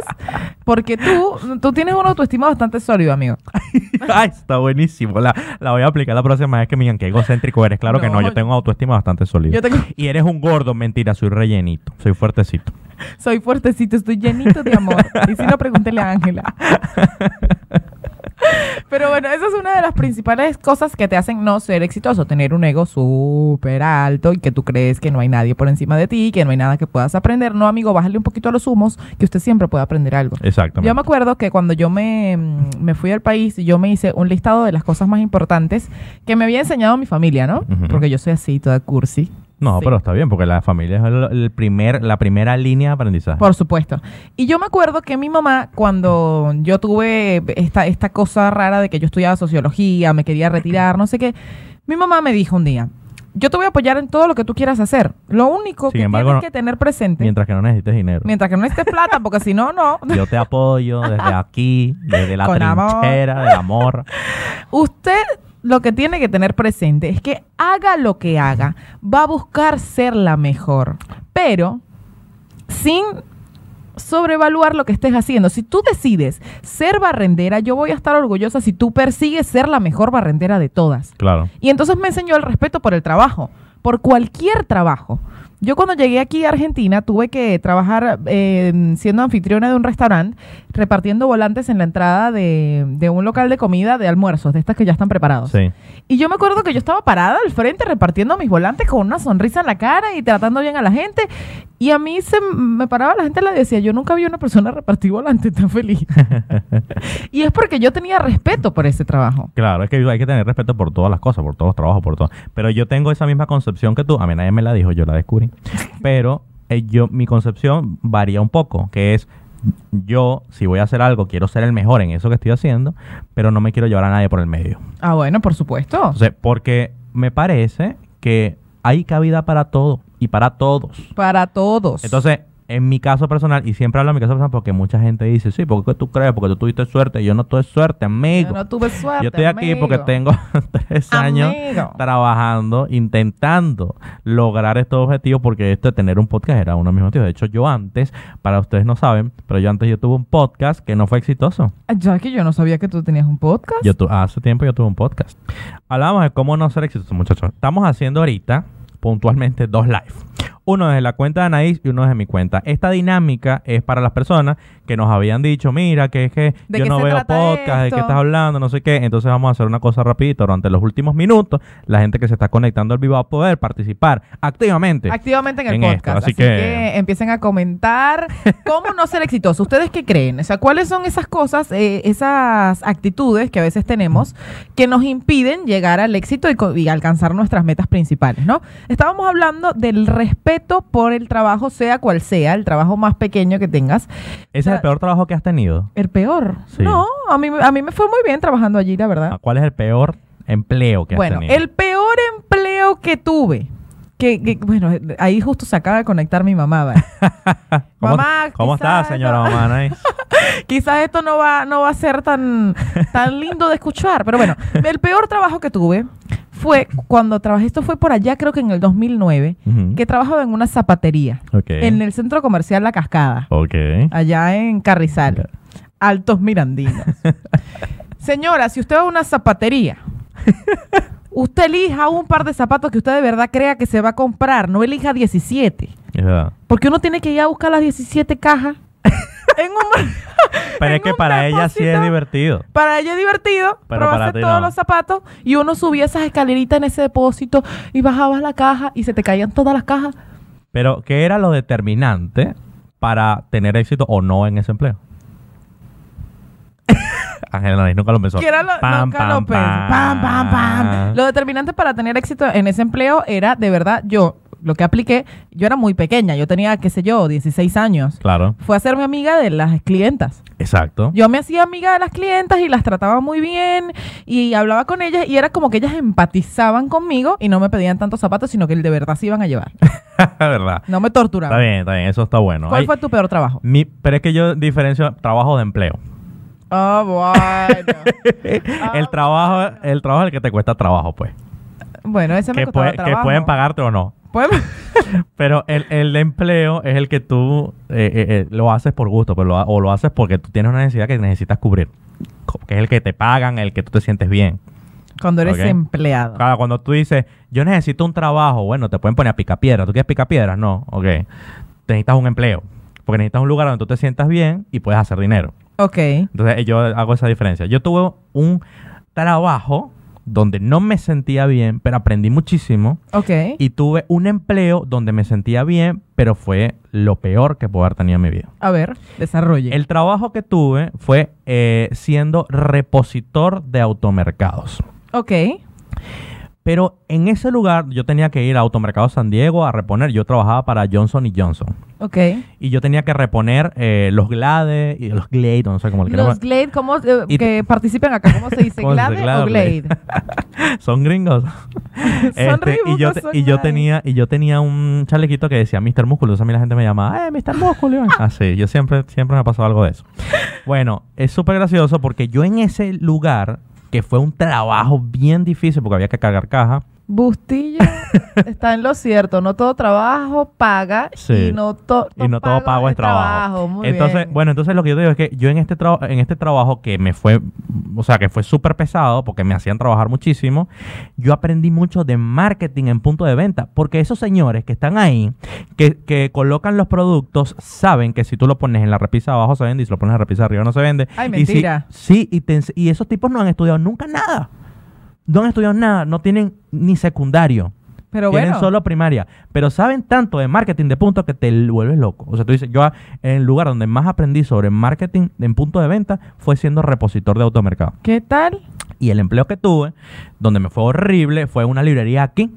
[SPEAKER 2] Porque tú, tú tienes una autoestima bastante sólida, amigo.
[SPEAKER 1] Ay, está buenísimo. La, la voy a aplicar la próxima vez que me digan que egocéntrico eres. Claro que no,
[SPEAKER 2] No,
[SPEAKER 1] yo tengo autoestima bastante
[SPEAKER 2] Yo
[SPEAKER 1] sólida.
[SPEAKER 2] tengo,
[SPEAKER 1] Y eres un gordo, mentira, soy rellenito, soy fuertecito.
[SPEAKER 2] soy fuertecito, estoy llenito de amor. Y si no, pregúntele a Ángela. Pero bueno, esa es una de las principales cosas que te hacen no ser exitoso, tener un ego súper alto y que tú crees que no hay nadie por encima de ti, que no hay nada que puedas aprender. No, amigo, bájale un poquito a los humos, que usted siempre puede aprender algo.
[SPEAKER 1] Exactamente.
[SPEAKER 2] Yo me acuerdo que cuando yo me, mm, me fui al país, yo me hice un listado de las cosas más importantes que me había enseñado mi familia, ¿no?
[SPEAKER 1] Ujú.
[SPEAKER 2] Porque yo soy así, toda cursi.
[SPEAKER 1] no,
[SPEAKER 2] Sí.
[SPEAKER 1] pero está bien, porque la familia es el, el primer, la primera línea de aprendizaje.
[SPEAKER 2] Por supuesto. Y yo me acuerdo que mi mamá, cuando yo tuve esta, esta cosa rara de que yo estudiaba sociología, me quería retirar, no sé qué, mi mamá me dijo un día, yo te voy a apoyar en todo lo que tú quieras hacer. Lo único
[SPEAKER 1] Sin
[SPEAKER 2] que
[SPEAKER 1] embargo,
[SPEAKER 2] tienes
[SPEAKER 1] no-
[SPEAKER 2] que tener presente,
[SPEAKER 1] Mientras
[SPEAKER 2] mientras,
[SPEAKER 1] que no necesites dinero.
[SPEAKER 2] que no estés plata, porque si no, no.
[SPEAKER 1] Yo te apoyo desde aquí, desde la
[SPEAKER 2] Con amor.
[SPEAKER 1] trinchera del amor.
[SPEAKER 2] Usted lo que tiene que tener presente es que haga lo que haga, va a buscar ser la mejor, pero sin sobrevaluar lo que estés haciendo. Si tú decides ser barrendera, yo voy a estar orgullosa si tú persigues ser la mejor barrendera de todas.
[SPEAKER 1] Claro.
[SPEAKER 2] Y entonces me enseñó el respeto por el trabajo, por cualquier trabajo. Yo cuando llegué aquí a Argentina tuve que trabajar eh, siendo anfitriona de un restaurante, repartiendo volantes en la entrada de, de un local de comida de almuerzos, de estas que ya están preparados.
[SPEAKER 1] Sí.
[SPEAKER 2] Y yo me acuerdo que yo estaba parada al frente repartiendo mis volantes con una sonrisa en la cara y tratando bien a la gente. Y a mí se m- me paraba la gente y le decía, yo nunca vi una persona repartir volantes tan feliz. y es porque yo tenía respeto por ese trabajo.
[SPEAKER 1] Claro, es que hay que tener respeto por todas las cosas, por todos los trabajos, por todo. Pero yo tengo esa misma concepción que tú. A mí nadie me la dijo, yo la descubrí. Pero eh, yo, mi concepción varía un poco, que es yo, si voy a hacer algo, quiero ser el mejor en eso que estoy haciendo, pero no me quiero llevar a nadie por el medio.
[SPEAKER 2] Ah, bueno, por supuesto.
[SPEAKER 1] Entonces, porque me parece que hay cabida para todo y para todos.
[SPEAKER 2] Para todos.
[SPEAKER 1] Entonces, en mi caso personal, y siempre hablo en mi caso personal porque mucha gente dice, sí, porque tú crees, porque tú tuviste suerte, yo no tuve suerte, amigo.
[SPEAKER 2] yo no tuve suerte.
[SPEAKER 1] Yo estoy aquí
[SPEAKER 2] amigo.
[SPEAKER 1] porque tengo tres años
[SPEAKER 2] Amigo.
[SPEAKER 1] trabajando, intentando lograr estos objetivos, porque esto de tener un podcast era uno de mis objetivos. De hecho, yo antes, para ustedes no saben, pero yo antes yo tuve un podcast que no fue exitoso.
[SPEAKER 2] Ah, Jackie, yo no sabía que tú tenías un podcast.
[SPEAKER 1] Yo tu- hace tiempo yo tuve un podcast. Hablamos de cómo no ser exitoso, muchachos. Estamos haciendo ahorita puntualmente dos live. Uno desde la cuenta de Anaís y uno desde mi cuenta. Esta dinámica es para las personas que nos habían dicho, mira, que es que
[SPEAKER 2] ¿De
[SPEAKER 1] yo
[SPEAKER 2] qué
[SPEAKER 1] no
[SPEAKER 2] se
[SPEAKER 1] veo
[SPEAKER 2] trata
[SPEAKER 1] podcast, de
[SPEAKER 2] esto?
[SPEAKER 1] qué estás hablando, no sé qué. Entonces vamos a hacer una cosa rapidito. Durante los últimos minutos, la gente que se está conectando al vivo va a poder participar activamente.
[SPEAKER 2] Activamente en el
[SPEAKER 1] en esto,
[SPEAKER 2] podcast.
[SPEAKER 1] así
[SPEAKER 2] Así,
[SPEAKER 1] que-
[SPEAKER 2] que... empiecen a comentar cómo no ser exitoso. ¿Ustedes qué creen? O sea, ¿cuáles son esas cosas, eh, esas actitudes que a veces tenemos que nos impiden llegar al éxito y, co- y alcanzar nuestras metas principales, ¿no? Estábamos hablando del respeto por el trabajo, sea cual sea, el trabajo más pequeño que tengas.
[SPEAKER 1] Ese es el peor trabajo que has tenido.
[SPEAKER 2] El peor.
[SPEAKER 1] Sí.
[SPEAKER 2] No, a mí, a mí me fue muy bien trabajando allí, la verdad.
[SPEAKER 1] ¿Cuál es el peor empleo que has
[SPEAKER 2] ¿Ah? Bueno,
[SPEAKER 1] tenido?
[SPEAKER 2] el peor empleo que tuve. Que, que- bueno, ahí justo se acaba de conectar mi mamá. ¿vale?
[SPEAKER 1] ¿Cómo,
[SPEAKER 2] mamá,
[SPEAKER 1] ¿cómo
[SPEAKER 2] quizás
[SPEAKER 1] estás, señora
[SPEAKER 2] no-
[SPEAKER 1] mamá Anaís?
[SPEAKER 2] Quizás esto no va, no va a ser tan, tan lindo de escuchar, pero bueno, el peor trabajo que tuve fue cuando trabajé, esto fue por allá creo que en el 2009,
[SPEAKER 1] Ujú.
[SPEAKER 2] que trabajaba en una zapatería,
[SPEAKER 1] Ok.
[SPEAKER 2] en el centro comercial La Cascada,
[SPEAKER 1] Ok.
[SPEAKER 2] allá en Carrizal, Altos Mirandinos. Señora, si usted va a una zapatería, usted elija un par de zapatos que usted de verdad crea que se va a comprar, no elija 17,
[SPEAKER 1] Es verdad.
[SPEAKER 2] porque uno tiene que ir a buscar las 17 cajas. En un,
[SPEAKER 1] Pero es
[SPEAKER 2] Tengo
[SPEAKER 1] que
[SPEAKER 2] un
[SPEAKER 1] para ella sí es
[SPEAKER 2] depósito.
[SPEAKER 1] divertido.
[SPEAKER 2] Para ella es divertido,
[SPEAKER 1] Pero
[SPEAKER 2] probarse
[SPEAKER 1] para ti no.
[SPEAKER 2] todos los zapatos y uno subía esas escaleritas en ese depósito y bajabas la caja y se te caían todas las cajas.
[SPEAKER 1] Pero, ¿qué era lo determinante para tener éxito o no en ese empleo? Ángel Anaís nunca lo pensó.
[SPEAKER 2] Que era lo, nunca lo pensé. Pam, pam, pam. Lo determinante para tener éxito en ese empleo era, de verdad, yo lo que apliqué, yo era muy pequeña, yo tenía, qué sé yo, 16 años.
[SPEAKER 1] Claro,
[SPEAKER 2] Fue hacerme amiga de las clientas.
[SPEAKER 1] exacto.
[SPEAKER 2] Yo me hacía amiga de las clientas y las trataba muy bien y hablaba con ellas y era como que ellas empatizaban conmigo y no me pedían tantos zapatos, sino que de verdad se iban a llevar.
[SPEAKER 1] verdad.
[SPEAKER 2] No me
[SPEAKER 1] Está
[SPEAKER 2] torturaban.
[SPEAKER 1] bien, está bien, eso está bueno.
[SPEAKER 2] ¿Cuál
[SPEAKER 1] Ay,
[SPEAKER 2] fue tu peor trabajo?
[SPEAKER 1] mi- pero es que yo diferencio trabajo de empleo.
[SPEAKER 2] Ah, bueno. Ah,
[SPEAKER 1] el trabajo, el trabajo es el que te cuesta trabajo, pues.
[SPEAKER 2] bueno, ese me
[SPEAKER 1] Que,
[SPEAKER 2] costaba
[SPEAKER 1] pue- que
[SPEAKER 2] trabajo.
[SPEAKER 1] pueden pagarte o no.
[SPEAKER 2] Pueden-
[SPEAKER 1] Pero el, el de empleo es el que tú eh, eh, eh, lo haces por gusto pero lo ha- o lo haces porque tú tienes una necesidad que necesitas cubrir. Co- Que es el que te pagan, el que tú te sientes bien.
[SPEAKER 2] Cuando eres
[SPEAKER 1] Ok. Ah.
[SPEAKER 2] empleado.
[SPEAKER 1] Claro, cuando tú dices, yo necesito un trabajo, bueno, te pueden poner a pica piedra. ¿Tú quieres pica piedras? No, ok. Te necesitas un empleo. Porque necesitas un lugar donde tú te sientas bien y puedes hacer dinero.
[SPEAKER 2] Ok.
[SPEAKER 1] Entonces eh, yo hago esa diferencia. Yo tuve un trabajo donde no me sentía bien, pero aprendí muchísimo.
[SPEAKER 2] Ok.
[SPEAKER 1] Y tuve un empleo donde me sentía bien, pero fue lo peor que puedo haber tenido en mi vida.
[SPEAKER 2] A ver, desarrolle.
[SPEAKER 1] El trabajo que tuve fue eh, siendo repositor de automercados.
[SPEAKER 2] Ok.
[SPEAKER 1] Pero en ese lugar yo tenía que ir a Automercado San Diego a reponer. Yo trabajaba para Johnson y Johnson.
[SPEAKER 2] Ok.
[SPEAKER 1] Y yo tenía que reponer eh, los Glade, y los Glade, o no sé cómo le quieran
[SPEAKER 2] Los Glade, ¿cómo eh,
[SPEAKER 1] Y-
[SPEAKER 2] que participen acá? ¿Cómo se dice?
[SPEAKER 1] ¿Cómo se dice?
[SPEAKER 2] ¿Glade
[SPEAKER 1] Glade.
[SPEAKER 2] o Glade?
[SPEAKER 1] llamar. Son gringos. Este, y, yo,
[SPEAKER 2] rebujos,
[SPEAKER 1] te-
[SPEAKER 2] son
[SPEAKER 1] y yo
[SPEAKER 2] Glade.
[SPEAKER 1] tenía y yo tenía un chalequito que decía Mr. Músculo. Entonces a mí la gente me llamaba, ¡eh, Mr. Músculo! Así, yo siempre, siempre me ha pasado algo de eso. Bueno, es súper gracioso porque yo en ese lugar, que fue un trabajo bien difícil porque había que cargar caja,
[SPEAKER 2] Bustillo está en lo cierto. No todo trabajo paga
[SPEAKER 1] Sí.
[SPEAKER 2] y no, to-
[SPEAKER 1] y no todo pago es trabajo.
[SPEAKER 2] Muy
[SPEAKER 1] entonces,
[SPEAKER 2] bien.
[SPEAKER 1] bueno, entonces lo que yo te digo es que yo en este tra- en este trabajo que me fue, o sea, que fue súper pesado porque me hacían trabajar muchísimo, yo aprendí mucho de marketing en punto de venta, porque esos señores que están ahí, que, que colocan los productos, saben que si tú lo pones en la repisa de abajo se vende y si lo pones en la repisa de arriba no se vende.
[SPEAKER 2] Ay,
[SPEAKER 1] Y si-
[SPEAKER 2] mentira.
[SPEAKER 1] sí, y, te ens- y esos tipos no han estudiado nunca nada. No han estudiado nada, no tienen ni secundario.
[SPEAKER 2] Pero
[SPEAKER 1] Tienen
[SPEAKER 2] bueno,
[SPEAKER 1] solo primaria, pero saben tanto de marketing de punto que te l- vuelves loco. O sea, tú dices, yo ah, en el lugar donde más aprendí sobre marketing en punto de venta fue siendo repositor de automercado.
[SPEAKER 2] ¿qué tal?
[SPEAKER 1] Y el empleo que tuve, donde me fue horrible, fue en una librería aquí.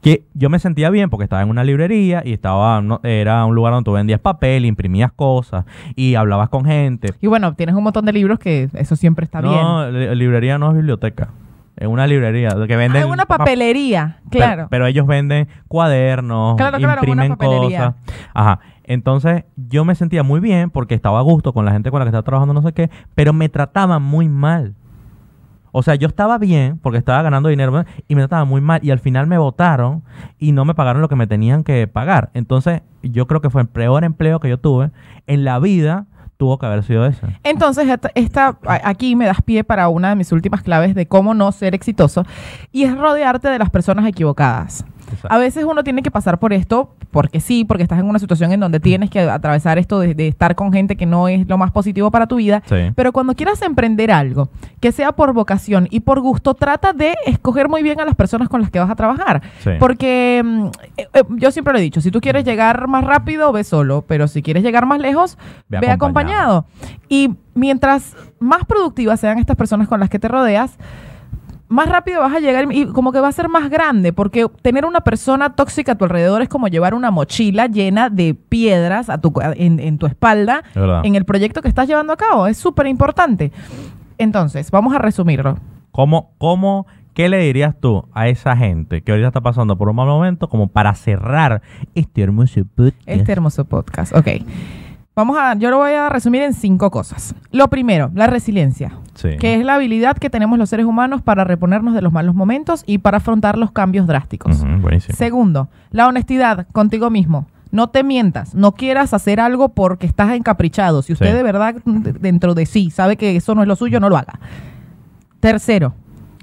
[SPEAKER 1] Que yo me sentía bien porque estaba en una librería y estaba no, era un lugar donde tú vendías papel, imprimías cosas y hablabas con gente.
[SPEAKER 2] Y bueno, tienes un montón de libros que eso siempre está bien.
[SPEAKER 1] no, li- librería no es biblioteca. Es una librería que venden
[SPEAKER 2] Hay Ah, una
[SPEAKER 1] pa-
[SPEAKER 2] papelería,
[SPEAKER 1] Pero-
[SPEAKER 2] claro.
[SPEAKER 1] Pero, ellos venden cuadernos,
[SPEAKER 2] Claro, claro,
[SPEAKER 1] imprimen
[SPEAKER 2] una papelería.
[SPEAKER 1] cosas. Ajá. Entonces, yo me sentía muy bien porque estaba a gusto con la gente con la que estaba trabajando, no sé qué, pero me trataban muy mal. O sea, yo estaba bien porque estaba ganando dinero ¿verdad? y me trataban muy mal. Y al final me votaron y no me pagaron lo que me tenían que pagar. Entonces, yo creo que fue el peor empleo que yo tuve en la vida. Tuvo que haber sido ese.
[SPEAKER 2] Entonces, esta- esta, a- aquí me das pie para una de mis últimas claves de cómo no ser exitoso y es rodearte de las personas equivocadas.
[SPEAKER 1] Exacto.
[SPEAKER 2] A veces uno tiene que pasar por esto porque sí, porque estás en una situación en donde tienes que atravesar esto de, de estar con gente que no es lo más positivo para tu vida.
[SPEAKER 1] Sí.
[SPEAKER 2] Pero cuando quieras emprender algo, que sea por vocación y por gusto, trata de escoger muy bien a las personas con las que vas a trabajar.
[SPEAKER 1] Sí.
[SPEAKER 2] Porque mm, eh, eh, yo siempre lo he dicho, si tú quieres llegar más rápido, ve solo, pero si quieres llegar más lejos,
[SPEAKER 1] Ve
[SPEAKER 2] ve, acompañado. Y mientras más productivas sean estas personas con las que te rodeas, más rápido vas a llegar y como que va a ser más grande, porque tener una persona tóxica a tu alrededor es como llevar una mochila llena de piedras a tu, en, en tu espalda
[SPEAKER 1] Es verdad.
[SPEAKER 2] en el proyecto que estás llevando a cabo. Es súper importante. Entonces, vamos a resumirlo.
[SPEAKER 1] ¿Cómo, cómo, qué le dirías tú a esa gente que ahorita está pasando por un mal momento como para cerrar este hermoso podcast?
[SPEAKER 2] Este hermoso podcast. Ok. Vamos a, yo lo voy a resumir en cinco cosas. Lo primero, la resiliencia,
[SPEAKER 1] Sí.
[SPEAKER 2] que es la habilidad que tenemos los seres humanos para reponernos de los malos momentos y para afrontar los cambios drásticos.
[SPEAKER 1] Ujú, buenísimo.
[SPEAKER 2] Segundo, la honestidad contigo mismo. No te mientas, no quieras hacer algo porque estás encaprichado. Si usted
[SPEAKER 1] Sí.
[SPEAKER 2] de verdad d- dentro de sí sabe que eso no es lo suyo, no lo haga. Tercero,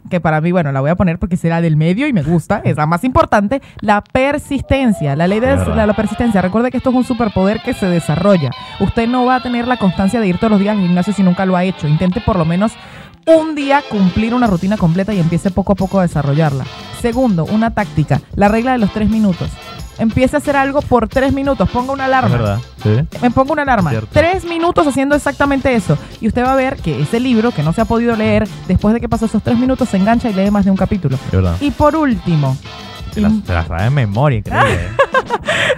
[SPEAKER 2] que para mí, bueno, la voy a poner porque será del medio y me gusta, es la más importante, la persistencia, la ley de
[SPEAKER 1] Es verdad.
[SPEAKER 2] la, la persistencia. Recuerde que esto es un superpoder que se desarrolla. Usted no va a tener la constancia de ir todos los días al gimnasio si nunca lo ha hecho. Intente por lo menos un día cumplir una rutina completa y empiece poco a poco a desarrollarla. Segundo, una táctica, la regla de los tres minutos. Empiece a hacer algo por tres minutos, ponga una
[SPEAKER 1] Es
[SPEAKER 2] alarma
[SPEAKER 1] verdad. Sí.
[SPEAKER 2] me pongo una alarma.
[SPEAKER 1] Cierto.
[SPEAKER 2] Tres minutos haciendo exactamente eso. Y usted va a ver que ese libro que no se ha podido leer, después de que pasó esos tres minutos, se engancha y lee más de un capítulo.
[SPEAKER 1] Es verdad.
[SPEAKER 2] Y por último,
[SPEAKER 1] Se la, se la sabe de memoria, increíble.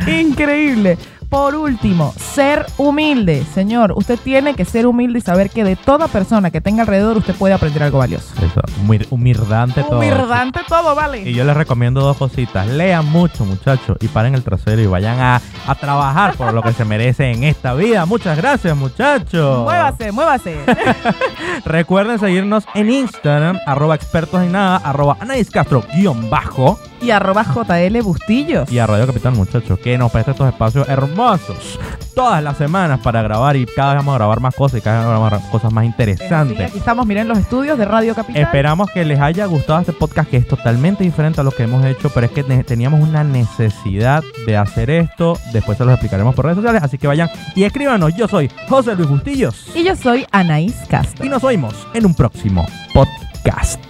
[SPEAKER 1] ¿eh?
[SPEAKER 2] increíble. Por último, ser humilde. Señor, usted tiene que ser humilde y saber que de toda persona que tenga alrededor usted puede aprender algo valioso.
[SPEAKER 1] Eso, humir- humirdante todo.
[SPEAKER 2] Humildante todo,
[SPEAKER 1] Y
[SPEAKER 2] vale.
[SPEAKER 1] yo les recomiendo dos cositas. Lean mucho, muchachos, y paren el trasero y vayan a, a trabajar por lo que se merecen en esta vida. Muchas gracias, muchachos.
[SPEAKER 2] Muévase, muévase.
[SPEAKER 1] Recuerden seguirnos en Instagram, arroba expertos en nada, arroba Anaís Castro, guión bajo.
[SPEAKER 2] y arroba JL Bustillos.
[SPEAKER 1] y a Radio Capitán, muchachos, que nos presta estos espacios hermosos todas las semanas para grabar y cada vez vamos a grabar más cosas y cada vez vamos a grabar cosas más
[SPEAKER 2] Es así,
[SPEAKER 1] interesantes.
[SPEAKER 2] Este, aquí estamos, miren los estudios de Radio Capital.
[SPEAKER 1] Esperamos que les haya gustado este podcast que es totalmente diferente a lo que hemos hecho, pero es que ne- teníamos una necesidad de hacer esto. Después se los explicaremos por redes sociales, así que vayan y escríbanos. Yo soy José Luis Bustillos
[SPEAKER 2] Y yo soy Anaís Castro.
[SPEAKER 1] y nos oímos en un próximo podcast.